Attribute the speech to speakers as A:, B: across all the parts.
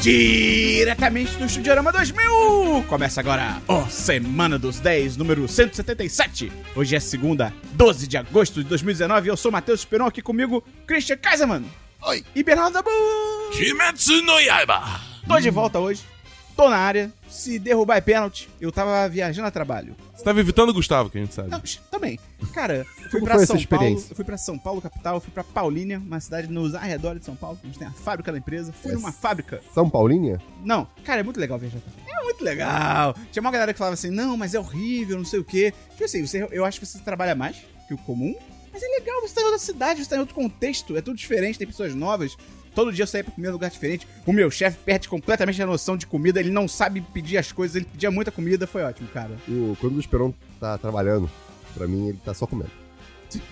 A: Diretamente do Estudiorama 2000! Começa agora a Semana dos 10, número 177. Hoje é segunda, 12 de agosto de 2019. Eu sou Matheus Esperon, aqui comigo, Christian Kaiserman.
B: Oi.
A: E Bernardo Dabu.
C: Kimetsu no Yaiba!
A: Tô
D: Hum.
A: de volta hoje. Tô na área. Se derrubar é pênalti, eu tava viajando a trabalho.
C: Você tava evitando o Gustavo, que a gente sabe.
A: Não, sh- também. Cara, fui
D: Como
A: pra
D: foi essa
A: São Paulo,
D: experiência?
A: fui para São Paulo capital, fui pra Paulínia, uma cidade nos arredores de São Paulo, onde tem a fábrica da empresa. Fui numa fábrica.
D: São Paulinha?
A: Não, cara, é muito legal viajar também. É muito legal. Tinha uma galera que falava assim: "Não, mas é horrível, não sei o quê". Tipo assim, você, eu acho que você trabalha mais que o comum, mas é legal, você tá em outra cidade, você tá em outro contexto, é tudo diferente, tem pessoas novas. Todo dia eu saía pra comer em um lugar diferente. O meu chefe perde completamente a noção de comida, ele não sabe pedir as coisas, ele pedia muita comida, foi ótimo, cara.
D: O, quando o Esperon tá trabalhando, pra mim ele tá só comendo.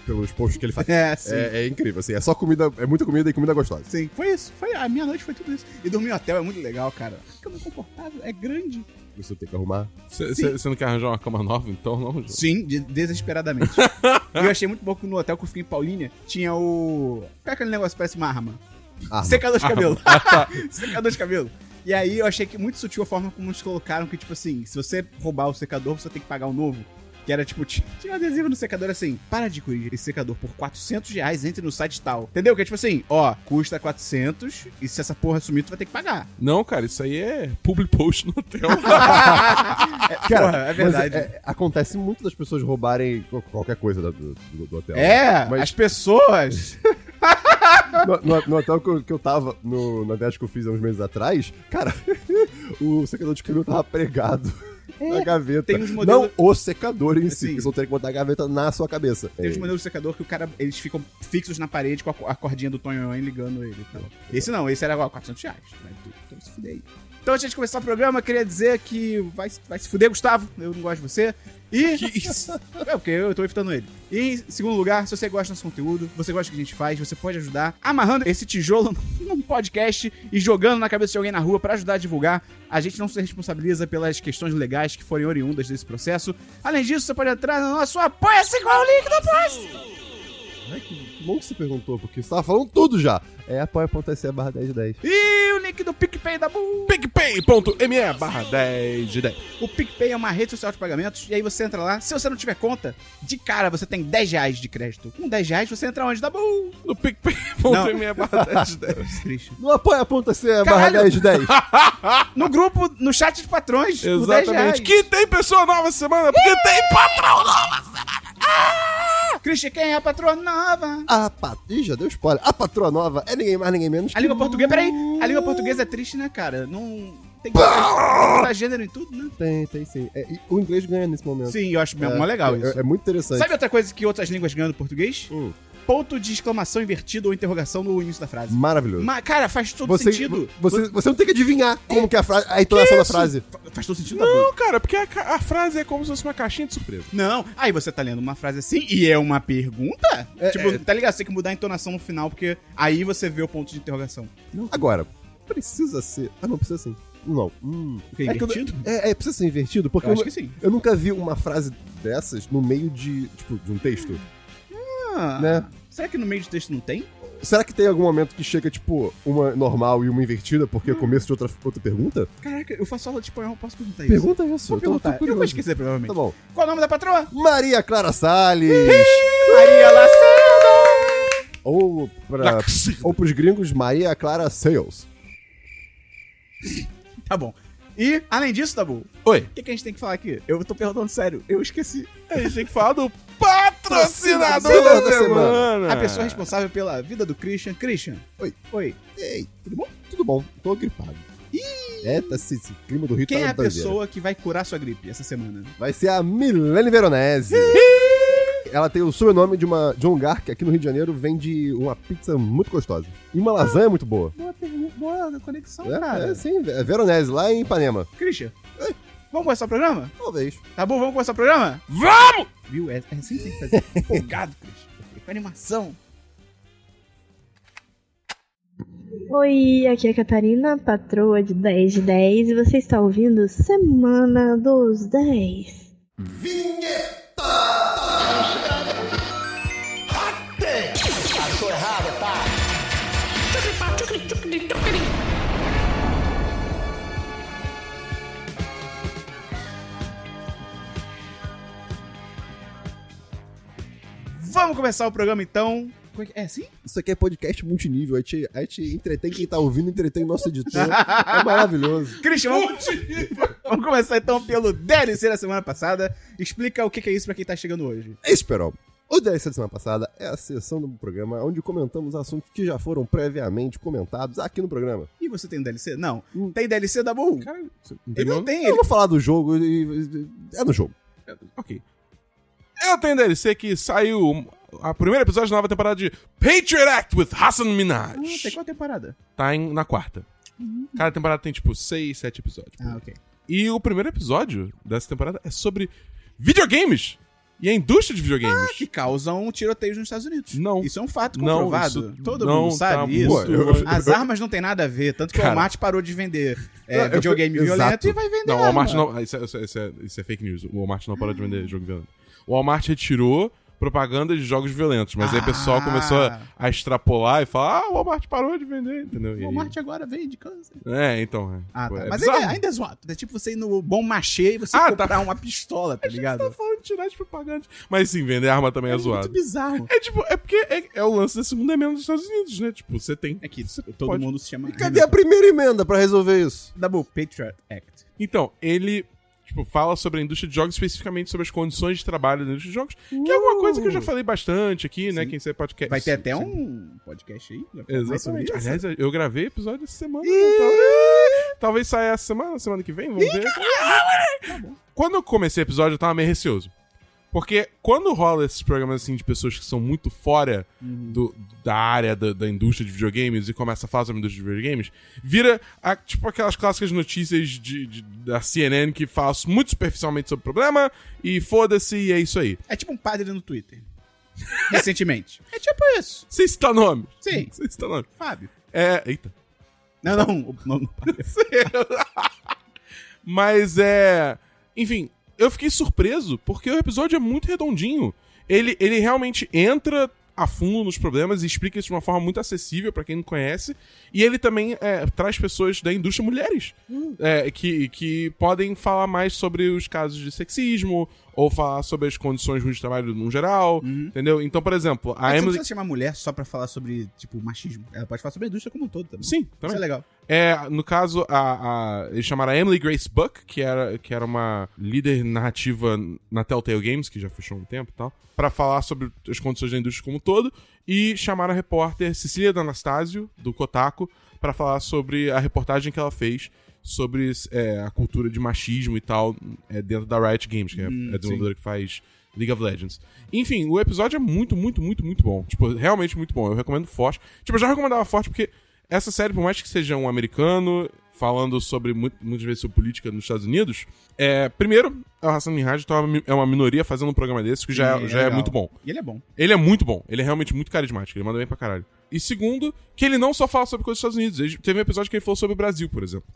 D: Pelos posts que ele faz.
A: É, sim.
D: É, é incrível, assim, é só comida, é muita comida e comida gostosa.
A: Sim, foi isso. Foi, a minha noite foi tudo isso. E dormir em hotel é muito legal, cara. Cama confortável, é grande.
D: Você tem que arrumar.
C: Você não quer arranjar uma cama nova, então, não, João?
A: Sim, de- desesperadamente. e eu achei muito bom que no hotel que eu fiquei em Paulínia tinha o. Qual é aquele negócio que parece uma arma?
D: Ah, tá.
A: Secador de cabelo. secador de cabelo. E aí eu achei que muito sutil a forma como eles colocaram que, tipo assim, se você roubar o secador, você tem que pagar um novo. Que era tipo, ti- tinha um adesivo no secador assim, para adquirir esse secador por 400 reais, entre no site tal. Entendeu? Que é tipo assim, ó, custa 400 e se essa porra sumir, tu vai ter que pagar.
C: Não, cara, isso aí é public post no hotel.
D: mano.
A: Cara,
D: Porra,
A: é verdade.
D: mas é- é- acontece muito das pessoas roubarem co- qualquer coisa da- do, do- do hotel.
A: É,
D: Então, Mas-
A: as pessoas.
D: No, no- no hotel que eu, que eu tava, no, na viagem que eu fiz há uns meses atrás, cara, o secador de cabelo tava pregado. Na gaveta.
A: É, tem uns modelos-
D: Não o secador em si,
A: Sim.
D: que você tem que botar a gaveta na sua cabeça.
A: Tem os
D: É,
A: modelos de secador que o cara, eles ficam fixos na parede com a, co- a cordinha do Tonhonhon ligando ele. e tal. Esse não, esse era ó, 400 reais. Vai tu- Então se fuder aí. Então, antes de começar o programa, eu queria dizer que vai, se- vai se fuder, Gustavo. Eu não gosto de você. E.
C: Que isso?
A: É, porque eu tô evitando ele. E, em segundo lugar, se você gosta do nosso conteúdo, você gosta do que a gente faz, você pode ajudar amarrando esse tijolo num podcast e jogando na cabeça de alguém na rua pra ajudar a divulgar. A gente não se responsabiliza pelas questões legais que forem oriundas desse processo. Além disso, você pode entrar no nosso Apoia-se com o link do
D: Ai, que bom que você perguntou, porque você tava falando tudo já. É apoia.se barra 1010.
A: E o link do PicPay da Bu.
C: PicPay.me barra 10 de 10.
A: O PicPay é uma rede social de pagamentos, e aí você entra lá. Se você não tiver conta, de cara você tem 10 reais de crédito. Com 10 reais você entra onde? Da Bu.
C: No PicPay.me barra 10 de 10.
A: Triste.
D: No apoia.se barra
A: Caralho!
D: 1010.
A: No grupo, no chat de patrões, por 10 reais.
C: Exatamente. Que tem pessoa nova essa semana, porque tem patrão nova.
A: Christian, quem é a patroa nova?
D: A pat... Ih, já deu spoiler. A patroa nova é ninguém mais, ninguém menos.
A: A língua portuguesa, peraí. A língua portuguesa é triste, né, cara? Não tem que botar gênero em tudo, né?
D: Tem, tem sim. É, e o inglês ganha nesse momento.
A: Sim, eu acho mesmo mó legal
D: é,
A: isso.
D: É, é muito interessante.
A: Sabe outra coisa que outras línguas ganham do português?
D: Hum.
C: Uh.
A: Ponto de exclamação invertido ou interrogação no início da frase.
D: Maravilhoso.
A: Mas, cara, faz todo
D: Você,
A: sentido.
D: você, você não tem que adivinhar como que é a, frase, a entonação da frase.
A: Faz todo sentido, Dabu.
C: Não, cara, porque a, ca- a frase é como se fosse uma caixinha de surpresa.
A: Não. Aí você tá lendo uma frase assim e é uma pergunta?
D: É,
A: tipo, tá ligado? Você tem que mudar a entonação no final, porque aí você vê o ponto de interrogação.
D: Agora, precisa ser... Ah, não, precisa sim. Não. Hum.
A: O que é
D: É que eu-
A: invertido?
D: É, é, precisa ser invertido, porque
A: Eu
D: eu,
A: acho que sim.
D: eu nunca vi uma frase dessas no meio de, tipo, de um texto.
A: Ah,
D: Né?
A: Será que no meio do texto não tem?
D: Será que tem algum momento que chega, tipo, uma normal e uma invertida, porque é
A: Hum.
D: o começo de outra, outra pergunta?
A: Caraca, eu faço aula de espanhol, posso perguntar isso?
D: Pergunta isso,
A: Vou
D: eu tô, tô
A: perguntar. Eu
D: curioso.
A: vou esquecer, provavelmente.
D: Tá bom.
A: Qual o nome da patroa?
D: Maria Clara Salles,
A: Maria Lacerda!
D: ou, pra, ou pros gringos, Maria Clara Sales.
A: Tá bom. E, além disso, Tabu,
C: Oi.
A: o que, que a gente tem que falar aqui? Eu tô perguntando sério, eu esqueci.
C: A gente tem que falar do patrocinador
D: Patrocinador
C: da
D: da semana.
C: semana.
A: A pessoa responsável pela vida do Christian. Christian.
D: Oi.
A: Oi.
D: Ei, tudo bom? Tudo bom, tô gripado. É, tá, esse, esse clima do Rio
A: Quem
D: tá
A: é a
D: doideira.
A: pessoa que vai curar sua gripe essa semana?
D: Vai ser a Milene Veronese. Ela tem o sobrenome de, uma, de um lugar que aqui no Rio de Janeiro vende uma pizza muito gostosa. E
A: Ah.
D: uma lasanha muito boa.
A: Boa pergunta, boa conexão,
D: É, é, sim, é Veronese, lá em Ipanema.
A: Christian, vamos começar o programa?
D: Talvez.
A: Tá bom, vamos começar o programa?
C: Vamos!
A: Viu? É, é assim que tem que fazer. Empolgado, Christian. Com animação.
E: Oi, aqui é a Catarina, patroa de 10 de 10, e você está ouvindo Semana dos 10.
A: Vamos começar o programa então. Como é que- É assim?
D: Isso aqui é podcast multinível. A gente, a gente entretém quem tá ouvindo, entretém o nosso editor. É maravilhoso.
A: Christian, vamos, vamos começar então pelo DLC da semana passada. Explica o que que é isso pra quem tá chegando hoje.
D: Esperou. É O DLC da semana passada é a sessão do programa onde comentamos assuntos que já foram previamente comentados aqui no programa.
A: E você tem um DLC? Não.
D: Hum.
A: Tem DLC da Bull?
C: Cara, você
A: Ele
C: entendeu?
A: não tem,
D: Eu
A: ele.
D: vou falar do jogo e. e- É no jogo.
C: Ok. Eu tenho DLC que saiu um, a primeiro episódio da nova temporada de Patriot Act with Hassan Minaj.
A: Ah, tem Uhum. qual temporada?
C: Tá em- na quarta. Cada temporada tem, tipo, seis, sete episódios.
A: Ah, ok.
C: E o primeiro episódio dessa temporada é sobre videogames e a indústria de videogames.
A: Que causam tiroteios nos Estados Unidos.
C: Não.
A: Isso é um fato
C: Não,
A: comprovado.
C: isso
A: Todo
C: não
A: mundo
C: tá
A: sabe isso.
D: muito longe.
A: As armas não tem nada a ver. Tanto que o
C: Cara.
A: Walmart parou de vender é,
D: Eu- eu-
A: videogame
D: exato.
A: violento e vai vender
C: Não, o
A: arma.
C: Walmart não. Isso é, isso é- isso é- isso é fake news. O Walmart não parou de vender jogo violento. O Walmart retirou propaganda de jogos violentos, mas aí o pessoal
A: Ah.
C: começou a, a extrapolar e falar: ah, o Walmart parou de vender, entendeu? E
A: O
C: aí-
A: Walmart agora vende câncer.
C: É, então. É,
A: Ah,
C: Tipo,
A: tá.
C: é
A: Mas
C: bizarro.
A: ainda, ainda é zoado. É tipo você ir no Bom Machê e você
C: Ah,
A: comprar uma pistola, tá ligado?
C: Tá falando de tirar de propaganda. Mas sim, vender arma também é,
A: É muito
C: zoado.
A: bizarro.
C: É tipo, é porque é, é o lance da segunda emenda dos Estados Unidos, né? Tipo, você tem.
A: É que
C: você
A: todo
C: pode-
A: mundo se chama.
D: E cadê a primeira emenda pra resolver isso?
A: Double Patriot Act?
C: Então, ele tipo, fala sobre a indústria de jogos, especificamente sobre as condições de trabalho da indústria de jogos, que é alguma coisa que eu já falei bastante aqui, né?
A: Uh. Sim.
C: Quem sabe podcast.
A: Vai ter até
C: sim.
A: um podcast aí? vai falar mais sobre
C: Exatamente.
A: isso.
C: Aliás, eu gravei episódio essa semana. então talvez- talvez saia essa semana, semana que vem, vamos ver. Ah, Quando eu comecei o episódio, eu tava meio receoso. Porque quando rola esses programas assim de pessoas que são muito fora do- da área da, da indústria de videogames e começa a falar sobre a indústria de videogames, vira a- tipo aquelas clássicas notícias de- de- da CNN que falam muito superficialmente sobre o problema e foda-se e é isso aí.
A: É tipo um padre no Twitter. Recentemente. É tipo isso.
C: Sem citar nome.
A: Sim.
C: Sem citar nome.
A: Fábio.
C: É. Eita.
A: Não, não. o- não, não.
C: Mas é. Enfim, eu fiquei surpreso porque o episódio é muito redondinho. Ele, ele realmente entra a fundo nos problemas e explica isso de uma forma muito acessível pra quem não conhece. E ele também é, traz pessoas da indústria mulheres
A: Hum.
C: é, que, que podem falar mais sobre os casos de sexismo ou falar sobre as condições ruins de trabalho no geral. Entendeu? Então, por exemplo, a
A: Uhum. Mas você não
C: Emily.
A: precisa chamar mulher só pra falar sobre, tipo, machismo. Ela pode falar sobre a indústria como um todo também.
C: Sim, também.
A: Isso é legal.
C: É, no caso, a, a- eles chamaram a Emily Grace Buck, que era, que era uma líder narrativa na Telltale Games, que já fechou há um tempo e tal, pra falar sobre as condições da indústria como um todo, e chamaram a repórter Cecília D'Anastasio, do Kotaku, pra falar sobre a reportagem que ela fez sobre é, a cultura de machismo e tal é, dentro da Riot Games, que é a desenvolvedora que faz League of Legends. Enfim, o episódio é muito, muito, muito, muito bom. Tipo, realmente muito bom. Eu recomendo forte. Tipo, eu já recomendava forte porque essa série, por mais que seja um americano falando sobre mu- muitas vezes sobre política nos Estados Unidos, é, primeiro, a Hassan Minhaj então, é uma mi- é uma minoria fazendo um programa desse, que já,
A: Sim, é
C: já é
A: legal.
C: muito bom.
A: E ele é bom.
C: Ele é muito bom. Ele é realmente muito carismático. Ele manda bem pra caralho. E segundo, que ele não só fala sobre coisas dos Estados Unidos. Ele- Teve um episódio que ele falou sobre o Brasil, por exemplo.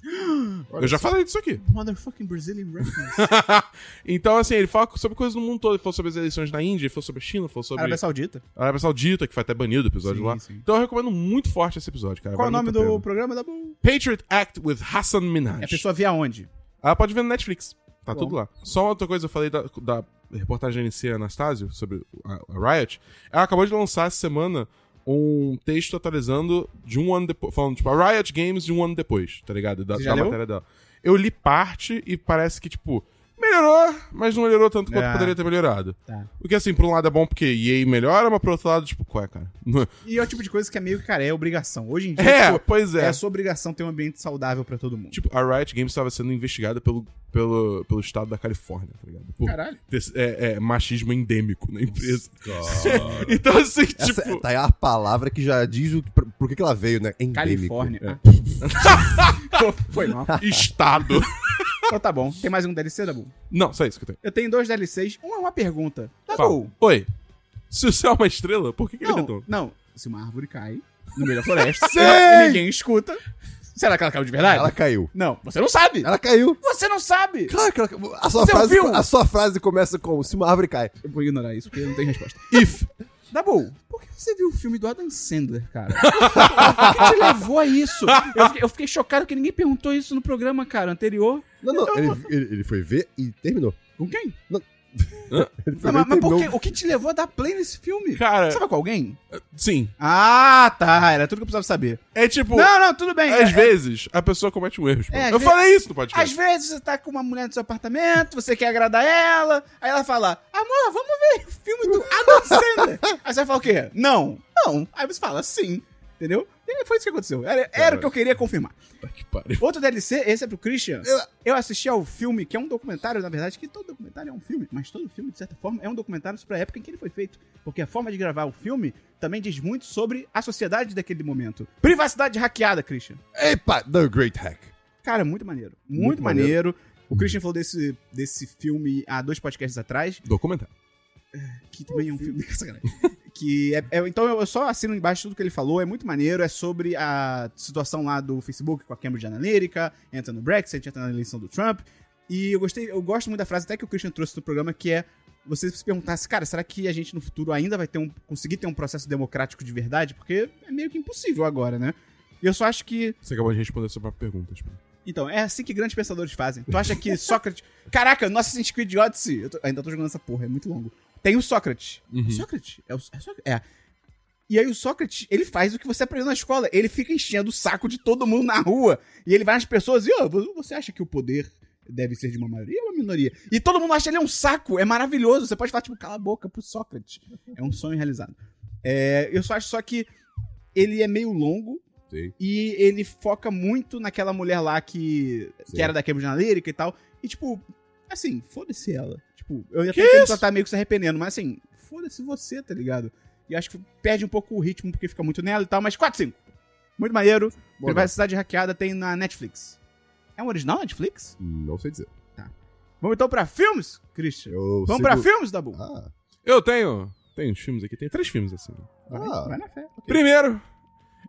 C: Eu já falei disso aqui.
A: Motherfucking Brazilian reference.
C: então, assim, ele fala sobre coisas do mundo todo. Ele falou sobre as eleições na Índia, ele falou sobre a China, falou sobre
A: Arábia Saudita.
C: a Arábia Saudita, que foi até banido o episódio
A: Sim,
C: lá.
A: sim.
C: Então eu recomendo muito forte esse episódio, cara.
A: Qual é o
C: Vale
A: nome
C: muito a
A: do
C: pena.
A: programa da Bull?
C: Patriot Act with Hassan Minaj.
A: É a pessoa via onde?
C: Ela pode ver no Netflix. Tá
A: Bom.
C: tudo lá. Só uma outra coisa, eu falei da, da reportagem NC Anastasio sobre a, a Riot. Ela acabou de lançar essa semana um texto atualizando de um ano depois. Falando, tipo, a Riot Games de um ano depois, tá ligado? Da,
A: Você já
C: da
A: leu?
C: matéria dela. Eu li parte e parece que, tipo, melhorou, mas não melhorou tanto quanto
A: Ah.
C: poderia ter melhorado.
A: Tá.
C: O que, assim, por um lado é bom porque EA melhora, mas por outro lado, tipo, qual é, cara?
A: E é o tipo de coisa que é meio que, cara, é obrigação. Hoje em dia,
C: É,
A: tipo,
C: pois
A: é.
C: é.
A: a sua obrigação ter um ambiente saudável pra todo mundo.
C: Tipo, a Riot Games estava sendo investigada pelo, pelo, pelo estado da Califórnia, tá ligado? Por
A: Caralho.
C: ter- é, é, machismo endêmico na empresa. então, assim,
A: é
D: Essa
C: tipo.
D: tá aí a palavra que já diz o, que- por, por que, que ela veio, né?
C: um
D: Endêmico.
A: Califórnia.
D: É.
A: Ah. Foi mal.
C: Estado.
A: Então tá bom. Tem mais um DLC, Dabu?
C: Não, só isso que eu tenho.
A: Eu tenho dois DLCs. Um é uma pergunta. Dabu,
C: Fala. Oi. Se o céu é uma estrela, por que, que ele
A: não,
C: retorna?
A: não. Se uma árvore cai no meio da floresta,
D: Sim!
A: ela- ninguém escuta. Será que ela caiu de verdade?
D: Ela caiu.
A: Não, você não sabe.
D: Ela caiu.
A: Você não sabe.
D: Claro que ela caiu. A sua,
A: Você
D: frase,
A: ouviu?
D: a sua frase começa com se uma árvore cai.
A: Eu vou ignorar isso porque não tem resposta.
C: If.
A: Dabu, por que você viu o filme do Adam Sandler, cara? o que te levou a isso? Eu fiquei, eu fiquei chocado que ninguém perguntou isso no programa, cara, anterior.
D: Não, não. Ele, ele- ele foi ver e terminou.
A: Com quem?
D: Não, Ele
A: Não,
D: foi
A: mas,
D: bem
A: mas por
D: terminou-
A: que, o que te levou a dar play nesse filme?
C: Cara-
A: Você vai com alguém?
C: Sim.
A: é. Ah, tá. Era tudo que eu precisava saber.
C: É tipo.
A: não, não, tudo bem.
C: Às
A: É-
C: vezes, a pessoa comete um erro. tipo,
A: É, às
C: eu
A: ve-
C: falei isso no
A: Às
C: podcast.
A: vezes você tá com uma mulher no seu apartamento, você quer agradar ela, aí ela fala, amor, vamos ver o filme do Adam Sandler. aí você vai falar o quê? Não. Não. Tá Aí você fala, sim. Entendeu? E foi isso que aconteceu. Era, era o que eu queria confirmar.
C: Puta que pariu.
A: Outro DLC, esse é pro Christian. Eu assisti ao filme, que é um documentário, na verdade, que todo documentário é um filme, mas todo filme, de certa forma, é um documentário sobre a época em que ele foi feito. Porque a forma de gravar o filme também diz muito sobre a sociedade daquele momento. Privacidade hackeada, Christian.
D: Epa, The Great Hack.
A: Cara, muito maneiro. Muito,
D: Muito
A: maneiro. O Christian falou desse, desse filme há dois podcasts atrás,
C: Documentário.
A: que também é um filme. Sacanagem. que é, é- então eu só assino embaixo tudo que ele falou, é muito maneiro. É sobre a situação lá do Facebook com a Cambridge Analytica, entra no Brexit, entra na eleição do Trump. E eu gostei, eu gosto muito da frase até que o Christian trouxe no programa, que é você se perguntasse, cara, será que a gente no futuro ainda vai ter um, conseguir ter um processo democrático de verdade? Porque é meio que impossível agora, né? E eu só acho que
C: Você acabou de responder a sua própria pergunta. Tipo.
A: então, é assim que grandes pensadores fazem. Tu acha que Sócrates. Caraca, nossa Assassin's Creed Odyssey. Eu tô- ainda tô jogando essa porra, é muito longo. Tem o Sócrates.
C: Uhum.
A: É Sócrates? É, o... é Sócrates? É. E aí o Sócrates, ele faz o que você aprendeu na escola. Ele fica enchendo o saco de todo mundo na rua. E ele vai nas pessoas e, ó, vo- você acha que o poder deve ser de uma maioria ou uma minoria? E todo mundo acha ele um saco. É maravilhoso. Você pode falar, tipo, cala a boca pro Sócrates. É um sonho realizado. É, eu só acho só que ele é meio longo.
C: Sei.
A: E ele foca muito naquela mulher lá que, que
C: Sim.
A: era da Cambridge Analytica e tal. E, tipo, assim, foda-se ela. Tipo, eu ia
C: Que
A: até entendo que
C: isso?
A: ela tá meio que se arrependendo, mas assim, foda-se você, tá ligado? E acho que perde um pouco o ritmo porque fica muito nela e tal, mas 4, 5. Muito maneiro.
D: Boa
A: Privacidade hackeada tem na Netflix. É um original Netflix?
D: Não sei dizer.
A: Vamos então pra filmes, Christian?
D: Eu
A: Vamos
D: sigo-
A: pra filmes, Dabu?
D: Ah,
C: Eu tenho. Tenho uns filmes aqui, tem três filmes assim.
D: ah,
A: Vai, vai na fé.
C: Primeiro,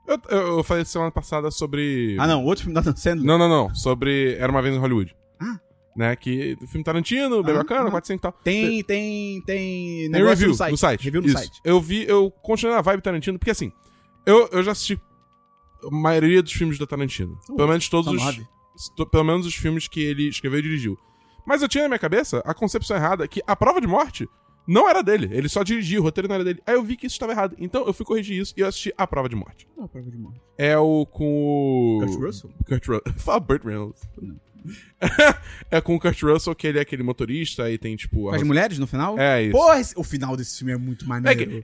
C: eu, eu, eu falei semana passada sobre.
A: Ah, não, outro filme da Dan Sandler.
C: Não, não, não. Sobre Era uma vez em Hollywood.
A: Ah.
C: Né? Que o filme Tarantino, bem
A: Ah,
C: bacana,
A: ah.
C: 400 e tal.
A: Tem, tem, tem.
C: Tem
A: negócio
C: review no site.
A: Review no
C: Isso.
A: site.
C: Eu vi, eu continuei na vibe Tarantino, porque assim, eu, eu já assisti a maioria dos filmes da Tarantino.
A: São-
C: pelo menos todos
A: Uh, São
C: os.
A: nove.
C: to- Pelo menos os filmes que ele escreveu e dirigiu. Mas eu tinha na minha cabeça a concepção errada que a prova de morte não era dele. Ele só dirigia, o roteiro não era dele. Aí eu vi que isso estava errado. Então eu fui corrigir isso e eu assisti a prova de morte.
A: Não, prova de morte.
C: É o com o.
A: Kurt Russell?
C: Kurt Russell. Fala Burt Reynolds. é com o Kurt Russell que ele é aquele motorista e tem, tipo.
A: Com
C: a-
A: as mulheres no final?
C: É isso.
A: Porra, esse- o final desse filme é muito
C: É
A: maneiro.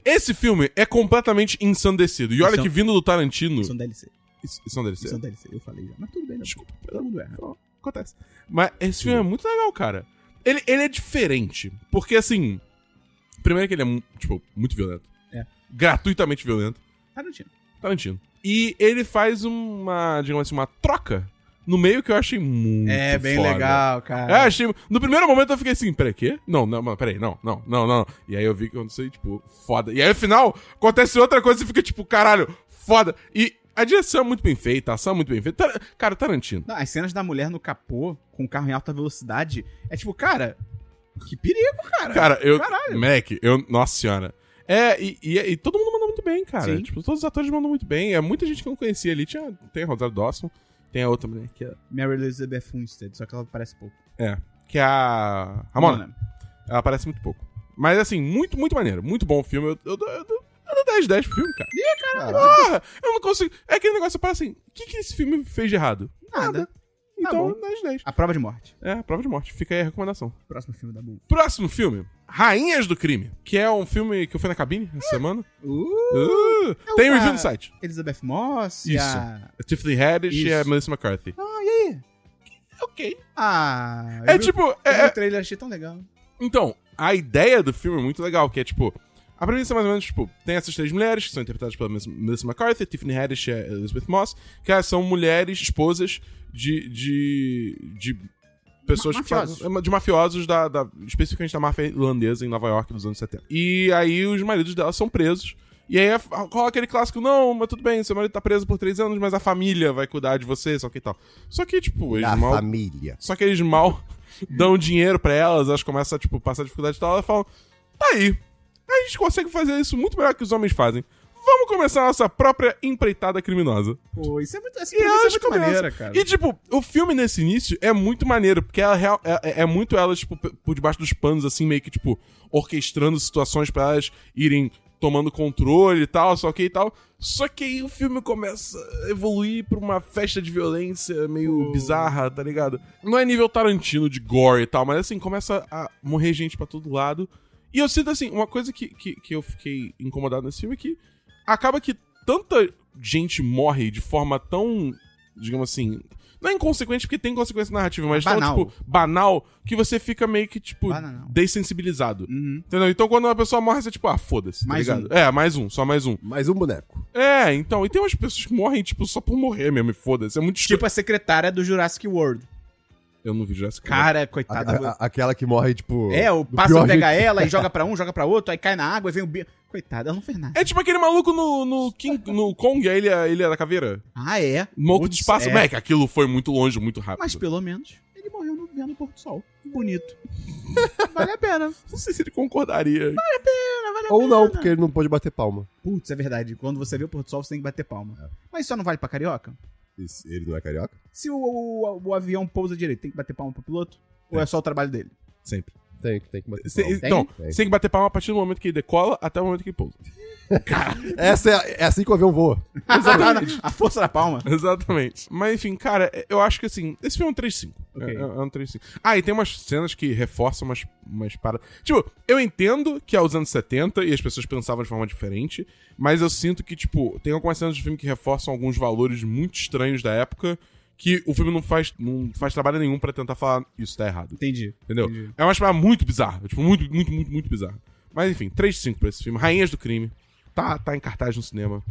C: que esse filme é completamente ensandecido. E olha
A: Isso é um-
C: que vindo do Tarantino.
A: Isso é um DLC.
C: Isso isso é um DLC.
A: Isso é um DLC, eu falei já. Mas tudo bem, né?
C: Desculpa.
A: Todo mundo erra.
C: Acontece. Mas esse filme é muito legal, cara. Ele, ele é diferente. Porque, assim. Primeiro que ele é, mu- tipo, muito violento.
A: É.
C: Gratuitamente violento.
A: Tarantino.
C: Tarantino. E ele faz uma, digamos assim, uma troca no meio que eu achei muito
A: É, bem
C: foda.
A: legal,
C: É,
A: cara.
C: achei... No primeiro momento eu fiquei assim, peraí, quê? Não, não, mano, peraí, não, não, não, não. E aí eu vi que aconteceu, tipo, foda. E aí no final, acontece outra coisa e fica tipo, caralho, foda. E a direção é muito bem feita, a ação é muito bem feita. Tar- Cara, Tarantino.
A: Não, as cenas da mulher no capô, com o carro em alta velocidade, é tipo, cara, que perigo, cara.
C: Cara, eu...
A: Caralho.
C: Mac, eu... Nossa senhora. É, e, e- e todo mundo manda muito bem, cara.
A: Sim.
C: Tipo, todos os atores mandam muito bem. É muita gente que eu não conhecia ali. Tinha, tem a Rosário Dawson, tem a outra mulher que é...
A: Mary Elizabeth Winstead, só que ela parece pouco.
C: Que é a... Ramona. Ela aparece muito pouco. Mas assim, muito, muito maneiro. Muito bom o filme. Eu, eu, dou- eu, dou- eu dou 10 10 pro filme, cara.
D: Caralho.
C: Porra! Eu não consigo. É aquele negócio, eu paro assim, o que, que esse filme fez de errado?
A: Nada. Tá
C: Então,
A: bom.
C: 10 10.
A: A prova de morte.
C: É, prova de morte. Fica aí a recomendação.
A: Próximo filme da Bull.
C: Próximo filme: Rainhas do Crime, que é um filme que eu fui na cabine essa semana.
A: Uh,
C: Uh, tem
A: uma-
C: review no site.
A: Elizabeth Moss e
C: Isso.
A: a...
C: A Tiffany Haddish e a
A: Isso.
C: Melissa McCarthy.
A: Ah, e aí?
C: Ok.
A: Ah... eu
C: É
A: vi-
C: tipo.
A: eu
C: é-
A: vi
C: é-
A: o trailer, achei tão legal.
C: Então, a ideia do filme é muito legal, que é tipo. A premissa é mais ou menos, tipo, tem essas três mulheres que são interpretadas pela Melissa- Melissa McCarthy, Tiffany Haddish e a Elizabeth Moss, que elas são mulheres, esposas de. de. de pessoas
A: Ma-
C: que fazem, de mafiosos da, da- especificamente da máfia irlandesa em Nova York dos anos 70. E aí os maridos delas são presos. E aí rola aquele clássico, não, mas tudo bem, seu marido tá preso por três anos, mas a família vai cuidar de você, só que tal. Só que, tipo, eles
D: Da
C: mal
D: família.
C: só que eles mal dão dinheiro pra elas, elas começam a, tipo, passar dificuldade e tal, elas falam, tá aí, a gente consegue fazer isso muito melhor que os homens fazem. vamos começar a nossa própria empreitada criminosa.
A: Pô, isso é muito, essa
C: E
A: premissa é
C: elas
A: muito
C: começam.
A: maneira, cara.
C: E, tipo, o filme nesse início é muito maneiro, porque ela real- é, é- é muito elas, tipo, p- por debaixo dos panos, assim, meio que, tipo, orquestrando situações pra elas irem tomando controle e tal, só que e tal. Só que aí o filme começa a evoluir pra uma festa de violência
A: Hum.
C: meio bizarra, tá ligado? Não é nível Tarantino de gore e tal, mas assim, começa a morrer gente pra todo lado. E eu sinto assim, uma coisa que, que, que eu fiquei incomodado nesse filme é que acaba que tanta gente morre de forma tão, digamos assim, não é inconsequente porque tem consequência narrativa, mas
A: Banal.
C: tão, tipo, banal, que você fica meio que, tipo,
A: Bananal.
C: dessensibilizado.
A: Uhum.
C: Entendeu? Então quando uma pessoa morre, você é tipo, ah, foda-se, tá
A: Mais
C: ligado? É, mais um, só mais um.
D: Mais um boneco.
C: É, então, e tem umas pessoas que morrem, tipo, só por morrer mesmo, e foda-se. É muito escroto.
A: Tipo a secretária do Jurassic World.
C: Eu não vi Jurassic World.
A: Tipo, Cara,
D: A-
A: coitada.
D: a- a- aquela que morre, tipo.
A: um. É, o
D: do
A: pássaro
D: pior
A: pega
D: jeito.
A: ela e joga pra um, joga pra outro, aí cai na água e vem o bicho. Coitada, ela não fez nada.
C: É tipo aquele maluco no, no, King, no Kong, a ilha, a ilha da caveira.
A: Ah, é?
C: Maluco do
A: Putz,
C: espaço.
A: é.
D: né?
C: É. que aquilo foi muito longe, muito rápido.
A: Mas pelo menos ele morreu no, vendo o pôr do sol. Bonito. vale a pena.
C: Não sei se ele concordaria.
A: Não, vale a
D: Ou não,
A: pena.
D: porque ele não pôde bater palma.
A: Putz, é verdade. Quando você vê o pôr do sol, você tem que bater
D: É.
A: palma. Mas isso só não vale pra carioca?
D: Esse- Ele não é carioca?
A: Se o, o- o avião pousa direito, tem que bater palma pro piloto? Ou é só o trabalho dele?
C: Sempre.
D: Tem, tem que bater
C: Cê-
D: palma.
C: então,
D: Tem.
C: você tem que bater palma a partir do momento que ele decola até o momento que ele pousa.
D: Essa é, é assim que o avião voa.
A: Exatamente. a força da palma.
C: Exatamente. Mas enfim, cara, é- eu acho que assim, esse filme é um 3-5.
A: Ok.
C: É, é um 3-5. Ah, e tem umas cenas que reforçam umas, umas paradas. Tipo, eu entendo que é os anos 70 e as pessoas pensavam de forma diferente, mas eu sinto que, tipo, tem algumas cenas do filme que reforçam alguns valores muito estranhos da época que o filme não faz, não faz trabalho nenhum pra tentar falar isso tá errado.
A: Entendi.
C: Entendeu?
A: Entendi.
C: É uma parada muito bizarra. Tipo, muito, muito, muito, muito bizarra. Mas enfim, 3-5 pra esse filme. Rainhas do Crime. Tá, tá em cartaz no cinema.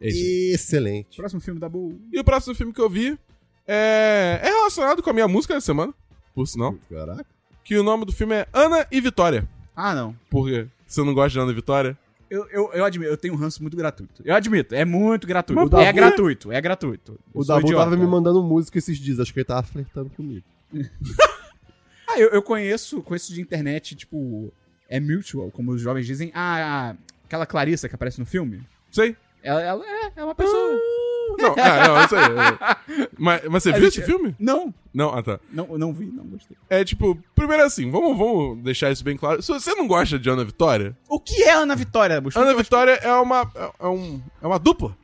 C: É isso.
D: Excelente.
A: Próximo filme da Bull.
C: E o próximo filme que eu vi é, é relacionado com a minha música da semana, por sinal.
D: Caraca.
C: Que o nome do filme é Ana e Vitória.
A: Ah, não.
C: Por quê? Você não gosta de Ana e Vitória?
A: Eu, eu, eu admito, eu tenho um ranço muito gratuito. Eu admito, é muito gratuito.
D: Mas
A: O Dabu- é
D: Dabu-
A: gratuito, é gratuito. Eu
D: O
A: sou
D: Dabu
A: idiota.
D: tava me mandando música esses dias, acho que ele tava flertando comigo.
A: Ah, eu, eu conheço, conheço de internet, tipo, é mutual, como os jovens dizem. Ah, aquela Clarissa que aparece no filme,
C: Sei.
A: ela, ela é, é uma pessoa.
D: Ah.
C: Não, é, não, eu sei. eu- Mas, mas você
A: A
C: viu
A: gente-
C: esse filme?
A: Não,
C: Não, ah tá.
A: não, não vi, não gostei.
C: É tipo, primeiro assim, vamos, vamos deixar isso bem claro. Se você não gosta de Ana e Vitória,
A: O que é Ana Vitória, Bush?
C: Ana Vitória é uma, é- é, um, é uma dupla.